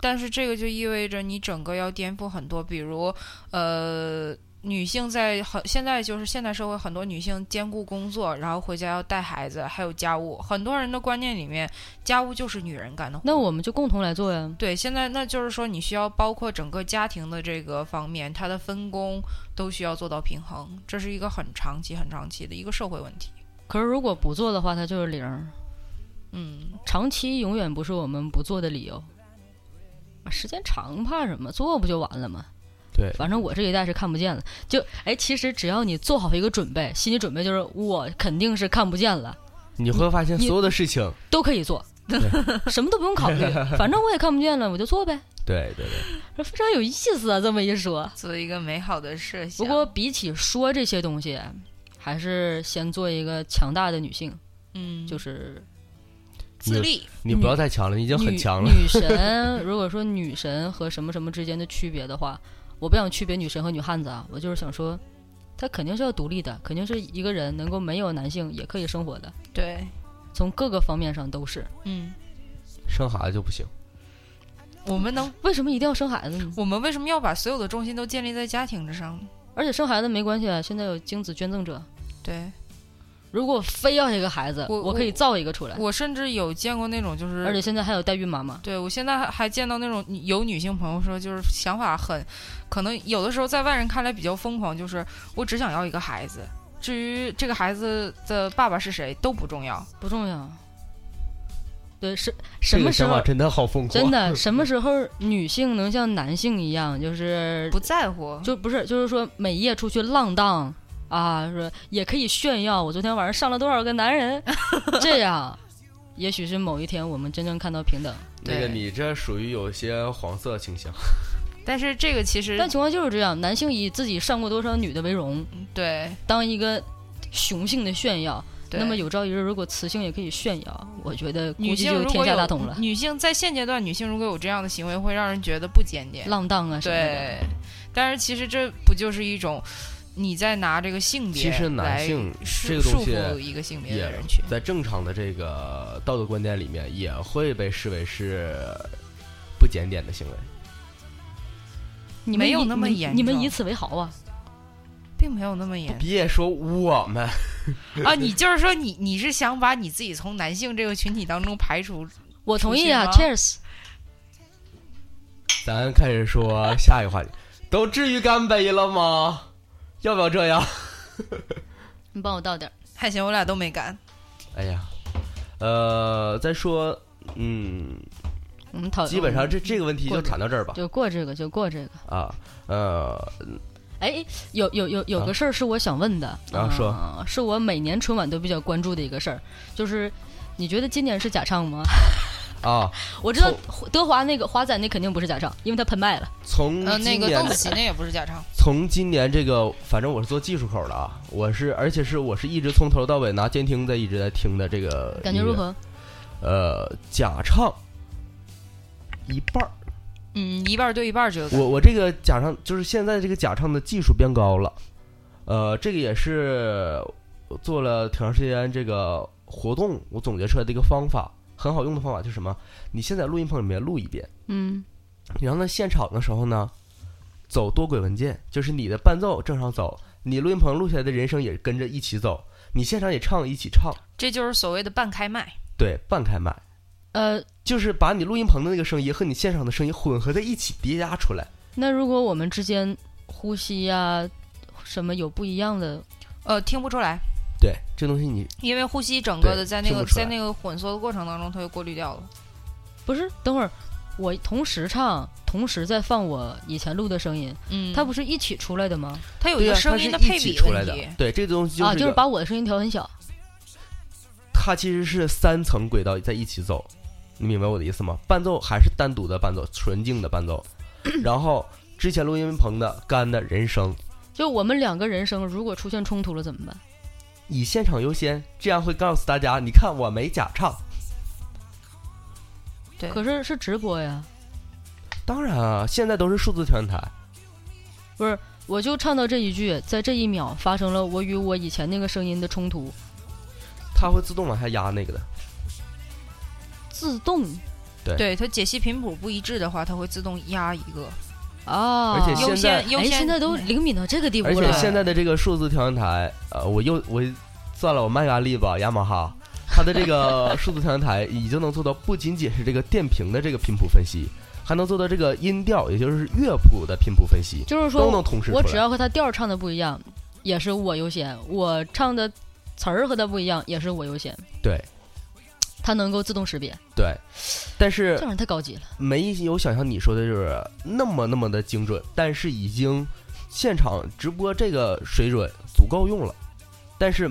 [SPEAKER 7] 但是这个就意味着你整个要颠覆很多，比如呃，女性在很现在就是现代社会，很多女性兼顾工作，然后回家要带孩子，还有家务。很多人的观念里面，家务就是女人干的活。
[SPEAKER 6] 那我们就共同来做呀。
[SPEAKER 7] 对，现在那就是说，你需要包括整个家庭的这个方面，它的分工都需要做到平衡，这是一个很长期、很长期的一个社会问题。
[SPEAKER 6] 可是如果不做的话，它就是零儿。
[SPEAKER 7] 嗯，
[SPEAKER 6] 长期永远不是我们不做的理由。啊时间长怕什么？做不就完了吗？
[SPEAKER 5] 对，
[SPEAKER 6] 反正我这一代是看不见了。就哎，其实只要你做好一个准备，心理准备就是我肯定是看不见了，
[SPEAKER 5] 你会发现
[SPEAKER 6] 你
[SPEAKER 5] 所有的事情，
[SPEAKER 6] 都可以做， 什么都不用考 虑，反正我也看不见了，我就做呗。
[SPEAKER 5] 对对对，
[SPEAKER 6] 这非常有意思啊，这么一说。
[SPEAKER 7] 做一个美好的设想。
[SPEAKER 6] 不过，比起说这些东西，还是先做一个强大的女性，
[SPEAKER 7] 嗯，
[SPEAKER 6] 就是
[SPEAKER 7] 自立，
[SPEAKER 5] 你不要再强了，你已经很
[SPEAKER 6] 女
[SPEAKER 5] 强了。
[SPEAKER 6] 女神，如果说女神和什么什么之间的区别的话，我不想区别女神和女汉子啊，我就是想说，她肯定是要独立的，肯定是一个人能够没有男性也可以生活的，
[SPEAKER 7] 对，
[SPEAKER 6] 从各个方面上都是。
[SPEAKER 7] 嗯，
[SPEAKER 5] 生孩子就不行，
[SPEAKER 7] 我们能，
[SPEAKER 6] 为什么一定要生孩子呢？
[SPEAKER 7] 我们为什么要把所有的重心都建立在家庭之上呢？
[SPEAKER 6] 而且生孩子没关系啊，现在有精子捐赠者，
[SPEAKER 7] 对，
[SPEAKER 6] 如果非要一个孩子，
[SPEAKER 7] 我
[SPEAKER 6] 我可以造一个出来。
[SPEAKER 7] 我甚至有见过那种就是，
[SPEAKER 6] 而且现在还有代孕妈妈，
[SPEAKER 7] 对我现在还还见到那种女有女性朋友说，就是想法很，可能有的时候在外人看来比较疯狂，就是我只想要一个孩子，至于这个孩子的爸爸是谁都不重要。
[SPEAKER 6] 不重要。对，是什
[SPEAKER 5] 这
[SPEAKER 6] 么
[SPEAKER 5] 个
[SPEAKER 6] 时
[SPEAKER 5] 想法
[SPEAKER 6] 候？
[SPEAKER 5] 真的好疯狂，
[SPEAKER 6] 真 的，什么时候女性能像男性一样，就是
[SPEAKER 7] 不在乎，
[SPEAKER 6] 就不是，就是说每夜出去浪荡啊，说也可以炫耀我昨天晚上上了多少个男人， 这样，也许是某一天我们真正看到平等。
[SPEAKER 5] 那
[SPEAKER 7] 对
[SPEAKER 5] 个你这属于有些黄色倾向，
[SPEAKER 7] 但是这个其实
[SPEAKER 6] 但情况就是这样，男性以自己上过多少女的为荣，
[SPEAKER 7] 对
[SPEAKER 6] 当一个雄性的炫耀。
[SPEAKER 7] 对
[SPEAKER 6] 那么有朝一日，如果雌性也可以炫耀，我觉得估
[SPEAKER 7] 女
[SPEAKER 6] 计
[SPEAKER 7] 性
[SPEAKER 6] 就
[SPEAKER 7] 如
[SPEAKER 6] 天
[SPEAKER 7] 果
[SPEAKER 6] 下
[SPEAKER 7] 有嗯
[SPEAKER 6] 大同了。
[SPEAKER 7] 女性在现阶段，女性如果有这样的行为，会让人觉得不检点。
[SPEAKER 6] 浪荡啊什么的，
[SPEAKER 7] 对，但是其实这不就是一种你在拿这个性别
[SPEAKER 5] 其实男
[SPEAKER 7] 来
[SPEAKER 5] 性
[SPEAKER 7] 束
[SPEAKER 5] 这个东西
[SPEAKER 7] 束缚一个性别
[SPEAKER 5] 也
[SPEAKER 7] 的人群，
[SPEAKER 5] 在正常的这个道德观点里面，也会被视为是不检点的行为。
[SPEAKER 6] 你们
[SPEAKER 7] 没有
[SPEAKER 6] 以
[SPEAKER 7] 那么
[SPEAKER 6] 你
[SPEAKER 7] 严
[SPEAKER 6] 你们
[SPEAKER 7] 重
[SPEAKER 6] 以此为豪啊！
[SPEAKER 7] 并没有那么严
[SPEAKER 5] 别说我们，
[SPEAKER 7] 啊。你就是说你你是想把你自己从男性这个群体当中排除？
[SPEAKER 6] 我同意啊
[SPEAKER 7] 属性
[SPEAKER 6] ，Cheers！
[SPEAKER 5] 咱开始说下一个话题，都至于干杯了吗？ 要不要这样？
[SPEAKER 6] 你帮我倒点儿。
[SPEAKER 7] 还行，我俩都没干。
[SPEAKER 5] 哎呀，呃，再说，嗯，
[SPEAKER 6] 我们讨
[SPEAKER 5] 基本上
[SPEAKER 6] 我
[SPEAKER 5] 这
[SPEAKER 6] 们
[SPEAKER 5] 这个问题就谈到这儿吧。
[SPEAKER 6] 就嗯过这个，就过这个。
[SPEAKER 5] 啊，呃，
[SPEAKER 6] 哎，有有有有个
[SPEAKER 5] 啊
[SPEAKER 6] 事儿是我想问的
[SPEAKER 5] 啊说
[SPEAKER 6] 啊是我每年春晚都比较关注的一个事儿，就是你觉得今年是假唱吗？
[SPEAKER 5] 啊，
[SPEAKER 6] 我知道德华那个华仔那肯定不是假唱，因为他喷麦了。
[SPEAKER 5] 从
[SPEAKER 7] 呃，那
[SPEAKER 5] 嗯今
[SPEAKER 7] 个
[SPEAKER 5] 年
[SPEAKER 7] 邓紫棋那也不是假唱，
[SPEAKER 5] 从今年这个，反正我是做技术口的啊，我是而且是我是一直从头到尾拿监听在一直在听的这个
[SPEAKER 6] 感觉
[SPEAKER 5] 音乐
[SPEAKER 6] 如？何？
[SPEAKER 5] 呃，假唱一半儿，
[SPEAKER 7] 嗯，一半儿对一半儿只有
[SPEAKER 5] 我我这个假唱就是现在这个假唱的技术变高了，呃，这个也是我做了挺长时间这个活动，我总结出来的一个方法，很好用的方法就是什么？你先在录音棚里面录一遍，
[SPEAKER 6] 嗯，
[SPEAKER 5] 然后呢，现场的时候呢，走多轨文件，就是你的伴奏正常走，你录音棚录下来的人声也跟着一起走，你现场也唱一起唱，
[SPEAKER 7] 这就是所谓的半开麦。
[SPEAKER 5] 对，半开麦，
[SPEAKER 6] 呃，
[SPEAKER 5] 就是把你录音棚的那个声音和你现场的声音混合在一起叠加出来。
[SPEAKER 6] 那如果我们之间呼吸呀、什么有不一样的，
[SPEAKER 7] 呃，听不出来，
[SPEAKER 5] 对，这东西你
[SPEAKER 7] 因为呼吸整个
[SPEAKER 5] 对
[SPEAKER 7] 的在那
[SPEAKER 5] 听
[SPEAKER 7] 个
[SPEAKER 5] 不出
[SPEAKER 7] 在
[SPEAKER 5] 来
[SPEAKER 7] 那个混缩的过程当中，它就过滤掉了。
[SPEAKER 6] 不是？等会儿我同时唱，同时再放我以前录的声音，
[SPEAKER 7] 嗯，啊
[SPEAKER 6] 它不是一起出来的吗？
[SPEAKER 7] 它有一
[SPEAKER 5] 对
[SPEAKER 7] 个
[SPEAKER 5] 呀、它
[SPEAKER 7] 声
[SPEAKER 5] 是
[SPEAKER 7] 音的
[SPEAKER 5] 一
[SPEAKER 7] 配
[SPEAKER 5] 起
[SPEAKER 7] 比
[SPEAKER 5] 出来
[SPEAKER 7] 问
[SPEAKER 5] 的
[SPEAKER 7] 题。，
[SPEAKER 5] 对，这个东西
[SPEAKER 6] 啊，
[SPEAKER 5] 一
[SPEAKER 6] 就是
[SPEAKER 5] 个
[SPEAKER 6] 把我的声音调很小。
[SPEAKER 5] 它其实是三层轨道在一起走，你明白我的意思吗？伴奏还是单独的伴奏，纯净的伴奏，然后之前录音棚的干的人声。
[SPEAKER 6] 就我们两个人声如果出现冲突了怎么办？
[SPEAKER 5] 以现场优先，这样会告诉大家，你看我没假唱。
[SPEAKER 7] 对，
[SPEAKER 6] 可是是直播呀，
[SPEAKER 5] 当然啊，现在都是数字调音台，
[SPEAKER 6] 我就唱到这一句，在这一秒发生了我与我以前那个声音的冲突，
[SPEAKER 5] 它会自动往下压那个的。
[SPEAKER 6] 自动
[SPEAKER 7] 对它解析频谱不一致的话，它会自动压一个
[SPEAKER 6] 啊，
[SPEAKER 5] 而且
[SPEAKER 7] 优
[SPEAKER 5] 现在嗯
[SPEAKER 7] 先优
[SPEAKER 6] 哎，
[SPEAKER 7] 先。嗯
[SPEAKER 6] 现在都灵敏到这个地步
[SPEAKER 5] 而且
[SPEAKER 6] 了，
[SPEAKER 5] 现在的这个数字调音台，呃，我又我算了，我卖个安利吧，雅 马哈，它的这个数字调音台已经能做到不仅仅是这个电平的这个频谱分析，还能做到这个音调，也就是乐谱的频谱分析，
[SPEAKER 6] 就是
[SPEAKER 5] 都
[SPEAKER 6] 说
[SPEAKER 5] 能同时出
[SPEAKER 6] 我只
[SPEAKER 5] 来。
[SPEAKER 6] 要和他调儿唱的不一样，也是我优先；我唱的词儿和他不一样，也是我优先。
[SPEAKER 5] 对
[SPEAKER 6] 它能够自动识别，
[SPEAKER 5] 对，但是
[SPEAKER 6] 这玩意儿太高级了。
[SPEAKER 5] 没有想象你说的就是那么那么的精准，但是已经现场直播这个水准足够用了，但是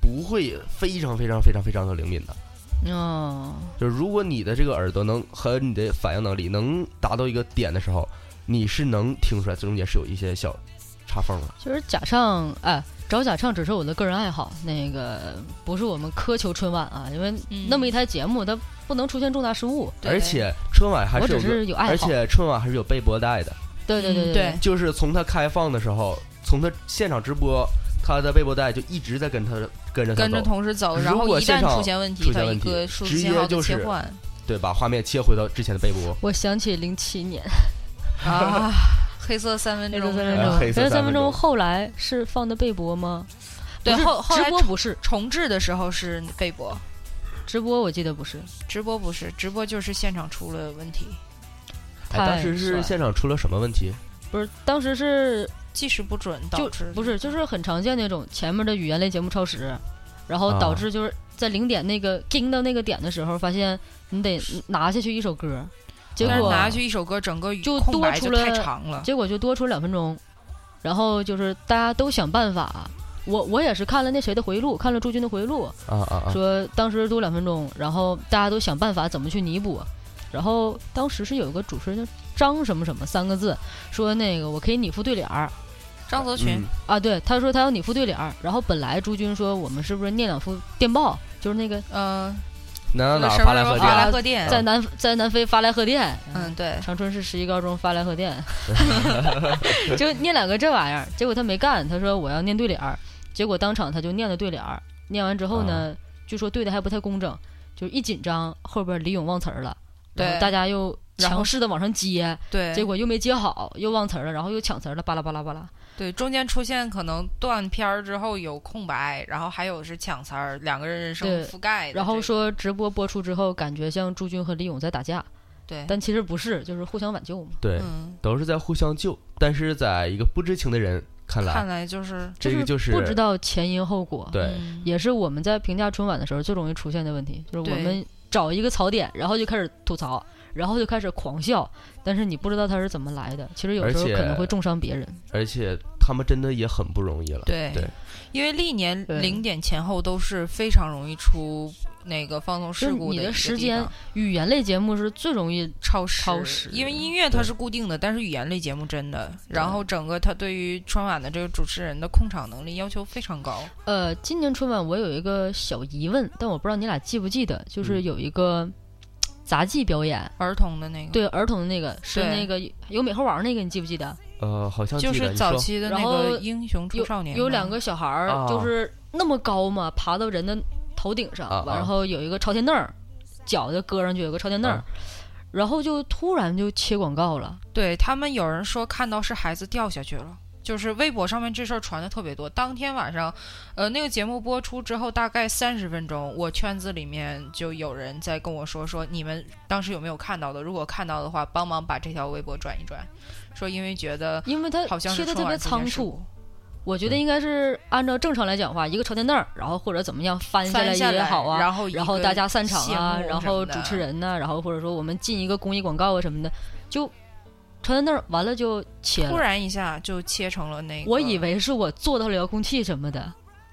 [SPEAKER 5] 不会非常非常非常非常的灵敏的。
[SPEAKER 6] 哦，
[SPEAKER 5] 就是如果你的这个耳朵能和你的反应能力能达到一个点的时候，你是能听出来这中间是有一些小插缝的。
[SPEAKER 6] 其实假唱，哎，找假唱只是我的个人爱好，那个不是我们苛求春晚啊，因为
[SPEAKER 7] 嗯
[SPEAKER 6] 那么一台节目，它不能出现重大失误。
[SPEAKER 7] 对
[SPEAKER 5] 而且春晚还
[SPEAKER 6] 我
[SPEAKER 5] 是有
[SPEAKER 6] 只
[SPEAKER 5] 个，
[SPEAKER 6] 是有爱
[SPEAKER 5] 而
[SPEAKER 6] 好，
[SPEAKER 5] 且春晚还是有备播带的，
[SPEAKER 6] 对对对对
[SPEAKER 7] 嗯对，
[SPEAKER 5] 就是从它开放的时候，从它现场直播，它的备播带就一直在跟它跟着它
[SPEAKER 7] 跟着
[SPEAKER 5] 走。
[SPEAKER 7] 同时走，
[SPEAKER 5] 如
[SPEAKER 7] 然后
[SPEAKER 5] 果
[SPEAKER 7] 一
[SPEAKER 5] 现
[SPEAKER 7] 旦
[SPEAKER 5] 场
[SPEAKER 7] 出现问题，
[SPEAKER 5] 出
[SPEAKER 7] 它
[SPEAKER 5] 现
[SPEAKER 7] 一
[SPEAKER 5] 问题
[SPEAKER 7] 个数字
[SPEAKER 5] 直
[SPEAKER 7] 信
[SPEAKER 5] 接
[SPEAKER 7] 号的
[SPEAKER 5] 就
[SPEAKER 7] 切
[SPEAKER 5] 是
[SPEAKER 7] 换
[SPEAKER 5] 对，把画面切回到之前的背播。
[SPEAKER 6] 我想起零七年
[SPEAKER 7] 啊，黑色三分
[SPEAKER 6] 黑
[SPEAKER 7] 钟，
[SPEAKER 6] 色三分
[SPEAKER 5] 啊
[SPEAKER 6] 钟，
[SPEAKER 5] 黑色三分钟
[SPEAKER 6] 后来是放的贝博吗？
[SPEAKER 7] 对
[SPEAKER 6] 不是
[SPEAKER 7] 后后来
[SPEAKER 6] 直播不是，
[SPEAKER 7] 重置的时候是被播，
[SPEAKER 6] 直播我记得不是，
[SPEAKER 7] 直播不是，直播就是现场出了问题，
[SPEAKER 5] 哎，当
[SPEAKER 6] 太
[SPEAKER 5] 时
[SPEAKER 6] 帅
[SPEAKER 5] 是
[SPEAKER 6] 了
[SPEAKER 5] 现场出了什么问题？
[SPEAKER 6] 不是当时是
[SPEAKER 7] 计时不准导
[SPEAKER 6] 就
[SPEAKER 7] 致
[SPEAKER 6] 不是就是很常见那种前面的语言类节目超时，然后导
[SPEAKER 5] 啊
[SPEAKER 6] 致就是在零点那个盯到那个点的时候，发现你得拿下去一首歌，结
[SPEAKER 7] 但是
[SPEAKER 6] 果
[SPEAKER 7] 拿去一首歌，整个语
[SPEAKER 6] 就
[SPEAKER 7] 空
[SPEAKER 6] 多
[SPEAKER 7] 白
[SPEAKER 6] 出
[SPEAKER 7] 就
[SPEAKER 6] 了
[SPEAKER 7] 太长了。
[SPEAKER 6] 结果就多出两分钟，然后就是大家都想办法。我我也是看了那谁的回忆录，看了朱军的回忆录，
[SPEAKER 5] 啊啊啊！
[SPEAKER 6] 说当时多两分钟，然后大家都想办法怎么去弥补。然后当时是有一个主持人叫张什么什么三个字，说那个我可以你副对联儿
[SPEAKER 7] 张泽群
[SPEAKER 5] 嗯，
[SPEAKER 6] 啊，对，他说他要你副对联儿。然后本来朱军说我们是不是念两副电报，就是那个
[SPEAKER 7] 嗯，
[SPEAKER 5] 哪哪哪
[SPEAKER 7] 什么
[SPEAKER 5] 发
[SPEAKER 7] 什
[SPEAKER 5] 来
[SPEAKER 7] 么
[SPEAKER 5] 贺
[SPEAKER 7] 华
[SPEAKER 5] 电？啊
[SPEAKER 7] 莱贺电，
[SPEAKER 6] 在南、在南非发来贺电，
[SPEAKER 7] 嗯，对，
[SPEAKER 6] 长春市十一高中发来贺 电，就念两个这玩意儿。结果他没干，他说我要念对联儿，结果当场他就念了对联儿。念完之后呢，
[SPEAKER 7] 啊
[SPEAKER 6] 据说对的还不太工整，就一紧张后边李咏忘词儿了，然后
[SPEAKER 7] 对
[SPEAKER 6] 大家又
[SPEAKER 7] 然后
[SPEAKER 6] 强势的往上接，
[SPEAKER 7] 对，
[SPEAKER 6] 结果又没接好，又忘词儿了，然后又抢词儿了，巴拉巴拉巴拉。
[SPEAKER 7] 对，中间出现可能断片儿之后有空白，然后还有是抢词儿，两个人人声
[SPEAKER 6] 对
[SPEAKER 7] 覆盖的这个。
[SPEAKER 6] 然后说直播播出之后，感觉像朱军和李咏在打架，
[SPEAKER 7] 对，
[SPEAKER 6] 但其实不是，就是互相挽救嘛。
[SPEAKER 5] 对，
[SPEAKER 7] 嗯，
[SPEAKER 5] 都是在互相救，但是在一个不知情的人看来，
[SPEAKER 7] 看来就是
[SPEAKER 5] 这个就是
[SPEAKER 6] 不知道前因后果。
[SPEAKER 5] 对，
[SPEAKER 7] 嗯
[SPEAKER 6] 也是我们在评价春晚的时候最容易出现的问题，就是我
[SPEAKER 7] 对
[SPEAKER 6] 们找一个槽点，然后就开始吐槽，然后就开始狂笑，但是你不知道它是怎么来的。其实有时候
[SPEAKER 5] 而且
[SPEAKER 6] 可能会重伤别人。
[SPEAKER 5] 而且他们真的也很不容易了。
[SPEAKER 7] 对
[SPEAKER 5] 对
[SPEAKER 7] 因为历年
[SPEAKER 6] 对
[SPEAKER 7] 零点前后都是非常容易出那个放松事
[SPEAKER 6] 就是
[SPEAKER 7] 故
[SPEAKER 6] 你
[SPEAKER 7] 一
[SPEAKER 6] 的
[SPEAKER 7] 个
[SPEAKER 6] 时
[SPEAKER 7] 地
[SPEAKER 6] 间
[SPEAKER 7] 方
[SPEAKER 6] 语言类节目是最容易
[SPEAKER 7] 超时，
[SPEAKER 6] 超时
[SPEAKER 7] 因为音乐它
[SPEAKER 5] 对
[SPEAKER 7] 是固定的，但是语言类节目真的，然后整个它对于春晚的这个主持人的控场能力要求非常高。
[SPEAKER 6] 呃，今年春晚我有一个小疑问，但我不知道你俩记不记得，就是
[SPEAKER 5] 嗯
[SPEAKER 6] 有一个杂技表演，
[SPEAKER 7] 儿童的那个，
[SPEAKER 6] 对儿童的那个是
[SPEAKER 7] 对
[SPEAKER 6] 那个有美猴王那个，你记不记得？
[SPEAKER 5] 呃，好像
[SPEAKER 7] 就
[SPEAKER 5] 记得
[SPEAKER 7] 是
[SPEAKER 5] 你
[SPEAKER 7] 早
[SPEAKER 5] 说
[SPEAKER 7] 期的
[SPEAKER 6] 然
[SPEAKER 7] 那
[SPEAKER 6] 后
[SPEAKER 7] 个英雄出
[SPEAKER 6] 有
[SPEAKER 7] 少年
[SPEAKER 6] 有两
[SPEAKER 7] 嘛
[SPEAKER 6] 个小孩儿
[SPEAKER 5] 啊
[SPEAKER 6] 就是那么高嘛，爬到人的头顶上，
[SPEAKER 5] 啊啊
[SPEAKER 6] 然后有一个朝天凳儿，脚就搁上去，有个朝天凳儿，
[SPEAKER 5] 啊
[SPEAKER 6] 然后就突然就切广告了。
[SPEAKER 7] 对他们有人说看到是孩子掉下去了，就是微博上面这事儿传的特别多。当天晚上，呃，那个节目播出之后大概三十分钟，我圈子里面就有人在跟我说说你们当时有没有看到的？如果看到的话，帮忙把这条微博转一转，说因为觉得
[SPEAKER 6] 因为它
[SPEAKER 7] 好像
[SPEAKER 6] 切
[SPEAKER 7] 是
[SPEAKER 6] 的
[SPEAKER 7] 春
[SPEAKER 6] 特别
[SPEAKER 7] 晚这件
[SPEAKER 6] 仓
[SPEAKER 7] 事
[SPEAKER 6] 促
[SPEAKER 7] 故，
[SPEAKER 6] 我
[SPEAKER 5] 嗯
[SPEAKER 6] 觉得应该是按照正常来讲的话，一个朝天凳儿，然后或者怎么样翻下
[SPEAKER 7] 翻下
[SPEAKER 6] 也
[SPEAKER 7] 来
[SPEAKER 6] 好啊，
[SPEAKER 7] 然后
[SPEAKER 6] 然
[SPEAKER 7] 一
[SPEAKER 6] 后
[SPEAKER 7] 个
[SPEAKER 6] 大家散场啊，
[SPEAKER 7] 谢
[SPEAKER 6] 然
[SPEAKER 7] 幕什么
[SPEAKER 6] 后主
[SPEAKER 7] 的
[SPEAKER 6] 持人呐、然后或者说我们进一个公益广告啊什么的，就朝天凳儿完了就切
[SPEAKER 7] 突
[SPEAKER 6] 了。
[SPEAKER 7] 然一下就切成了那个，
[SPEAKER 6] 我以为是我做到了遥控器什么的，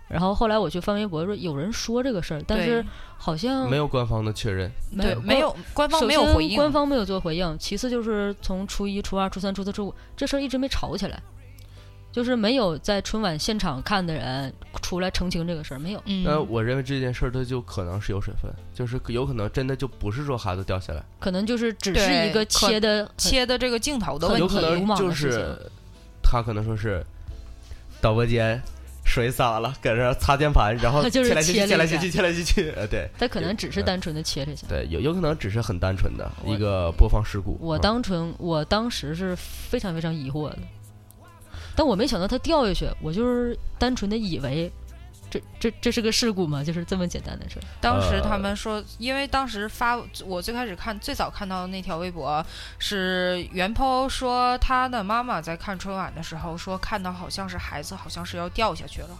[SPEAKER 6] 然后后来我去翻微博说有人说这个事儿，但
[SPEAKER 7] 对
[SPEAKER 6] 是好像
[SPEAKER 5] 没有官方的确认，
[SPEAKER 6] 没
[SPEAKER 7] 对
[SPEAKER 6] 有
[SPEAKER 7] 没。有官
[SPEAKER 6] 官
[SPEAKER 7] 方没有
[SPEAKER 6] 首先
[SPEAKER 7] 回应，
[SPEAKER 6] 官方没有做回应。其次就是从初一、初二、初三、初四、初五这事儿一直没吵起来，就是没有在春晚现场看的人出来澄清这个事儿，没有。
[SPEAKER 7] 嗯，
[SPEAKER 5] 那呃我认为这件事儿它就可能是有水分，就是有可能真的就不是说孩子掉下来，
[SPEAKER 6] 可能就是只是
[SPEAKER 7] 对
[SPEAKER 6] 一个
[SPEAKER 7] 可
[SPEAKER 6] 切的
[SPEAKER 7] 切的这个镜头的
[SPEAKER 6] 很
[SPEAKER 7] 问
[SPEAKER 5] 有
[SPEAKER 7] 题
[SPEAKER 5] 可，
[SPEAKER 6] 流
[SPEAKER 5] 能
[SPEAKER 6] 氓的
[SPEAKER 5] 就
[SPEAKER 6] 事
[SPEAKER 5] 是
[SPEAKER 6] 情
[SPEAKER 5] 他可能说是导播间水洒了，搁这擦键盘，然后
[SPEAKER 6] 就是
[SPEAKER 5] 切来切去，
[SPEAKER 6] 切
[SPEAKER 5] 切
[SPEAKER 6] 了
[SPEAKER 5] 来
[SPEAKER 6] 一下
[SPEAKER 5] 切去，切来切去，呃，对
[SPEAKER 6] 他可能只是单纯的切了一下。
[SPEAKER 5] 对，有有可能只是很单纯的
[SPEAKER 6] 我
[SPEAKER 5] 一个播放事故。
[SPEAKER 6] 我
[SPEAKER 5] 嗯
[SPEAKER 6] 当纯，我当时是非常非常疑惑的，但我没想到他掉下去，我就是单纯的以为这这这是个事故嘛，就是这么简单的事儿。
[SPEAKER 7] 当时
[SPEAKER 5] 呃
[SPEAKER 7] 他们说，因为当时发我最开始看最早看到的那条微博是袁抛说他的妈妈在看春晚的时候说看到好像是孩子好像是要掉下去了，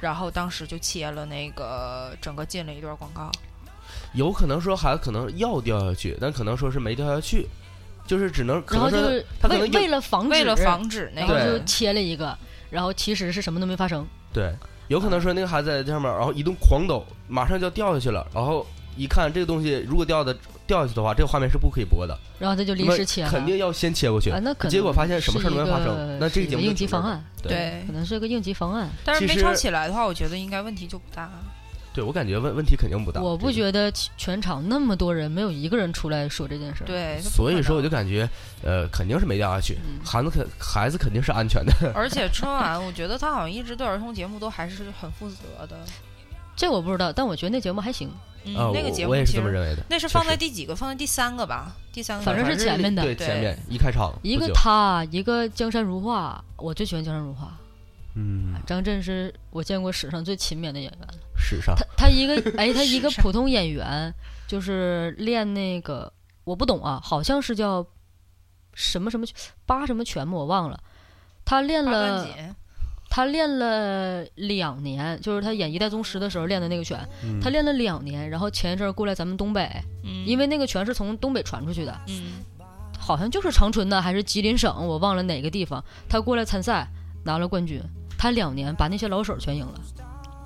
[SPEAKER 7] 然后当时就切了那个整个进了一段广告。
[SPEAKER 5] 有可能说孩子可能要掉下去，但可能说是没掉下去，就是只能可
[SPEAKER 6] 然后
[SPEAKER 5] 能
[SPEAKER 6] 就
[SPEAKER 5] 说
[SPEAKER 6] 是
[SPEAKER 5] 他可
[SPEAKER 6] 为
[SPEAKER 5] 能有
[SPEAKER 6] 为了防止，
[SPEAKER 7] 为了，防止那
[SPEAKER 6] 然后
[SPEAKER 7] 个，
[SPEAKER 6] 就
[SPEAKER 5] 对
[SPEAKER 6] 切了一个，然后其实是什么都没发生。
[SPEAKER 5] 对，有可能
[SPEAKER 6] 啊
[SPEAKER 5] 说那个孩子在上面，然后一顿狂抖，马上就要掉下去了，然后一看这个东西，如果掉的掉下去的话，这个画面是不可以播的，
[SPEAKER 6] 然后他就
[SPEAKER 5] 那
[SPEAKER 6] 临
[SPEAKER 5] 么
[SPEAKER 6] 时切了，
[SPEAKER 5] 肯定要先切过去。
[SPEAKER 6] 啊，那可能
[SPEAKER 5] 结果发现什么事儿都没发生
[SPEAKER 6] 是一个
[SPEAKER 5] 那这个节
[SPEAKER 6] 是
[SPEAKER 5] 目
[SPEAKER 6] 一
[SPEAKER 5] 就
[SPEAKER 6] 应急方案，
[SPEAKER 7] 对
[SPEAKER 6] 可，能是个应急方案。
[SPEAKER 7] 但是
[SPEAKER 5] 其
[SPEAKER 7] 没
[SPEAKER 5] 实
[SPEAKER 7] 吵起来的话，我觉得应该问题就不大。
[SPEAKER 5] 对，我感觉问问题肯定不大。
[SPEAKER 6] 我不
[SPEAKER 5] 这
[SPEAKER 6] 觉
[SPEAKER 5] 个
[SPEAKER 6] 得全场那么多人没有一个人出来说这件事儿。
[SPEAKER 7] 对，它不
[SPEAKER 5] 所
[SPEAKER 7] 可
[SPEAKER 5] 以说我
[SPEAKER 7] 能
[SPEAKER 5] 就感觉，呃，肯定是没掉下去，
[SPEAKER 6] 嗯
[SPEAKER 5] 孩子肯孩子肯定是安全的。
[SPEAKER 7] 而且春晚，我觉得他好像一直对儿童节目都还是很负责的。
[SPEAKER 6] 这我不知道，但我觉得那节目还行，
[SPEAKER 7] 嗯，
[SPEAKER 5] 啊，
[SPEAKER 7] 那个节
[SPEAKER 5] 我
[SPEAKER 7] 目
[SPEAKER 5] 我也是
[SPEAKER 7] 其
[SPEAKER 5] 这么
[SPEAKER 7] 实
[SPEAKER 5] 认为的。
[SPEAKER 7] 那是
[SPEAKER 5] 确
[SPEAKER 7] 放在
[SPEAKER 5] 实
[SPEAKER 7] 第几个？放在第三个吧，第三个。
[SPEAKER 6] 反正是前面的
[SPEAKER 5] 对
[SPEAKER 7] 对
[SPEAKER 5] 前面一开场
[SPEAKER 6] 一
[SPEAKER 5] 不
[SPEAKER 6] 个
[SPEAKER 5] 久
[SPEAKER 6] 他，一个江山如画，我最喜欢江山如画。
[SPEAKER 5] 嗯，
[SPEAKER 6] 张震是我见过史上最勤勉的演员了。
[SPEAKER 5] 史上
[SPEAKER 6] 他他 一个哎，他一个
[SPEAKER 7] 史上
[SPEAKER 6] 普通演员，就是练那个我不懂啊，好像是叫什么什么八什么拳吧，我忘了。他练
[SPEAKER 7] 八
[SPEAKER 6] 了
[SPEAKER 7] 段，锦，
[SPEAKER 6] 他练了两年，就是他演《一代宗师》的时候练的那个拳，
[SPEAKER 5] 嗯
[SPEAKER 6] 他练了两年，然后前一阵儿过来咱们东北，
[SPEAKER 7] 嗯
[SPEAKER 6] 因为那个拳是从东北传出去的，
[SPEAKER 7] 嗯
[SPEAKER 6] 好像就是长春的还是吉林省，我忘了哪个地方，他过来参赛拿了冠军，他两年把那些老手全赢了，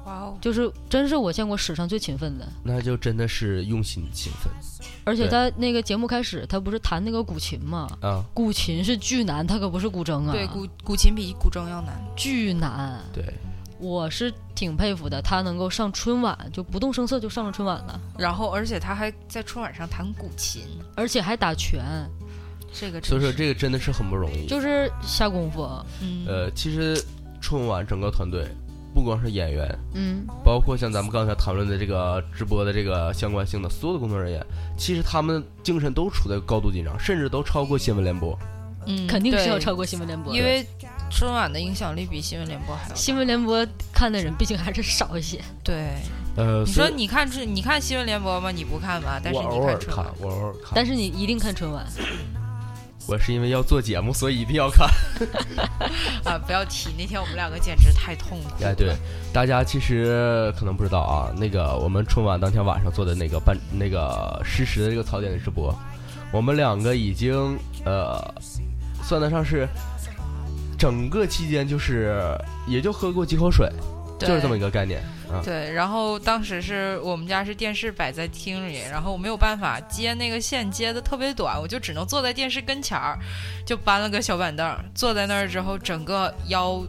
[SPEAKER 7] 哇哦，
[SPEAKER 6] 就是真是我见过史上最勤奋的。
[SPEAKER 5] 那就真的是用心勤奋
[SPEAKER 6] 而且他那个节目开始，他不是弹那个古琴嘛？
[SPEAKER 5] 啊！
[SPEAKER 6] 古琴是巨难，他可不是古筝啊，
[SPEAKER 7] 对，古古琴比古筝要难。
[SPEAKER 6] 巨难。
[SPEAKER 5] 对，
[SPEAKER 6] 我是挺佩服的，他能够上春晚，就不动声色就上了春晚了，
[SPEAKER 7] 然后，而且他还在春晚上弹古琴，
[SPEAKER 6] 而且还打拳，
[SPEAKER 7] 这个真
[SPEAKER 5] 所以说
[SPEAKER 7] 是
[SPEAKER 5] 这个真的是很不容易。
[SPEAKER 6] 就是下功夫。
[SPEAKER 7] 嗯
[SPEAKER 5] 呃，其实春晚整个团队不光是演员，
[SPEAKER 6] 嗯，
[SPEAKER 5] 包括像咱们刚才谈论的这个直播的这个相关性的所有的工作人员，其实他们精神都处在高度紧张，甚至都超过新闻联播。
[SPEAKER 7] 嗯
[SPEAKER 6] 肯定是要
[SPEAKER 7] 对
[SPEAKER 6] 超过新闻联播的，
[SPEAKER 7] 因为春晚的影响力比新闻联播还要大
[SPEAKER 6] 新闻联播看的人毕竟还是少一些。
[SPEAKER 7] 对。
[SPEAKER 5] 呃，
[SPEAKER 7] 你
[SPEAKER 5] 所
[SPEAKER 7] 说
[SPEAKER 5] 以
[SPEAKER 7] 你看这，你看新闻联播吗？你不看吧？但是
[SPEAKER 5] 我
[SPEAKER 7] 你
[SPEAKER 5] 偶尔
[SPEAKER 7] 春
[SPEAKER 5] 看
[SPEAKER 7] 晚，，
[SPEAKER 5] 我偶尔看，
[SPEAKER 6] 但是你一定看春晚，
[SPEAKER 5] 我是因为要做节目，所以一定要看。
[SPEAKER 7] 啊，不要提那天我们两个简直太痛苦了。
[SPEAKER 5] 哎，对，大家其实可能不知道啊，那个我们春晚当天晚上做的那个办那个实时的这个槽点的直播，我们两个已经呃，算得上是整个期间就是也就喝过几口水，
[SPEAKER 7] 对
[SPEAKER 5] 就是这么一个概念啊。
[SPEAKER 7] 对，然后当时是我们家是电视摆在厅里，然后我没有办法接那个线，接的特别短，我就只能坐在电视跟前儿，就搬了个小板凳儿，坐在那儿之后，整个腰，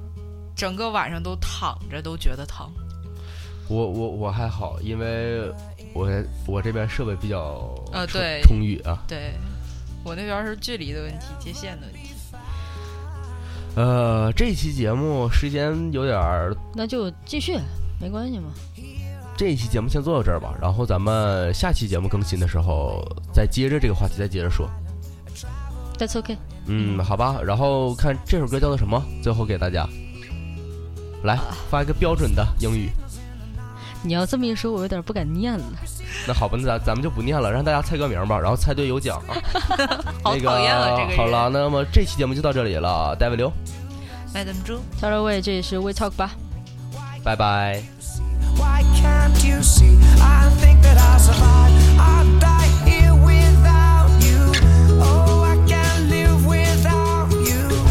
[SPEAKER 7] 整个晚上都躺着，都觉得疼。
[SPEAKER 5] 我我我还好，因为我我这边设备比较
[SPEAKER 7] 呃
[SPEAKER 5] 充
[SPEAKER 7] 对
[SPEAKER 5] 充裕啊。
[SPEAKER 7] 对我那边是距离的问题，接线的问题。
[SPEAKER 5] 呃，这期节目时间有点儿
[SPEAKER 6] 那就继续，没关系嘛。
[SPEAKER 5] 这一期节目先做到这儿吧，然后咱们下期节目更新的时候再接着这个话题再接着说。
[SPEAKER 6] That's OK。
[SPEAKER 5] 嗯，好吧，然后看这首歌叫做什么，最后给大家来
[SPEAKER 7] 啊
[SPEAKER 5] 发一个标准的英语。
[SPEAKER 6] 你要这么一说，我有点不敢念了。
[SPEAKER 5] 那好吧，那咱咱们就不念了，让大家猜歌名吧，然后猜对有奖啊。
[SPEAKER 7] 好
[SPEAKER 5] 那个
[SPEAKER 7] 讨厌啊这个人
[SPEAKER 5] 好了，那么这期节目就到这里了，戴维刘，
[SPEAKER 7] Madam Zhu。
[SPEAKER 6] 小老魏，这里是 We Talk 吧。
[SPEAKER 5] 拜拜。
[SPEAKER 4] Why can't you see? I think that I survive. I'll die here without you. Oh, I can't live without you.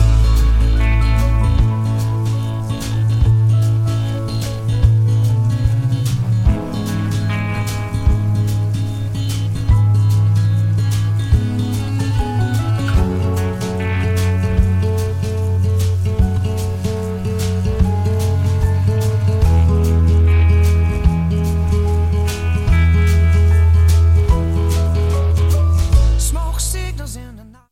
[SPEAKER 4] Smoke signals in the night.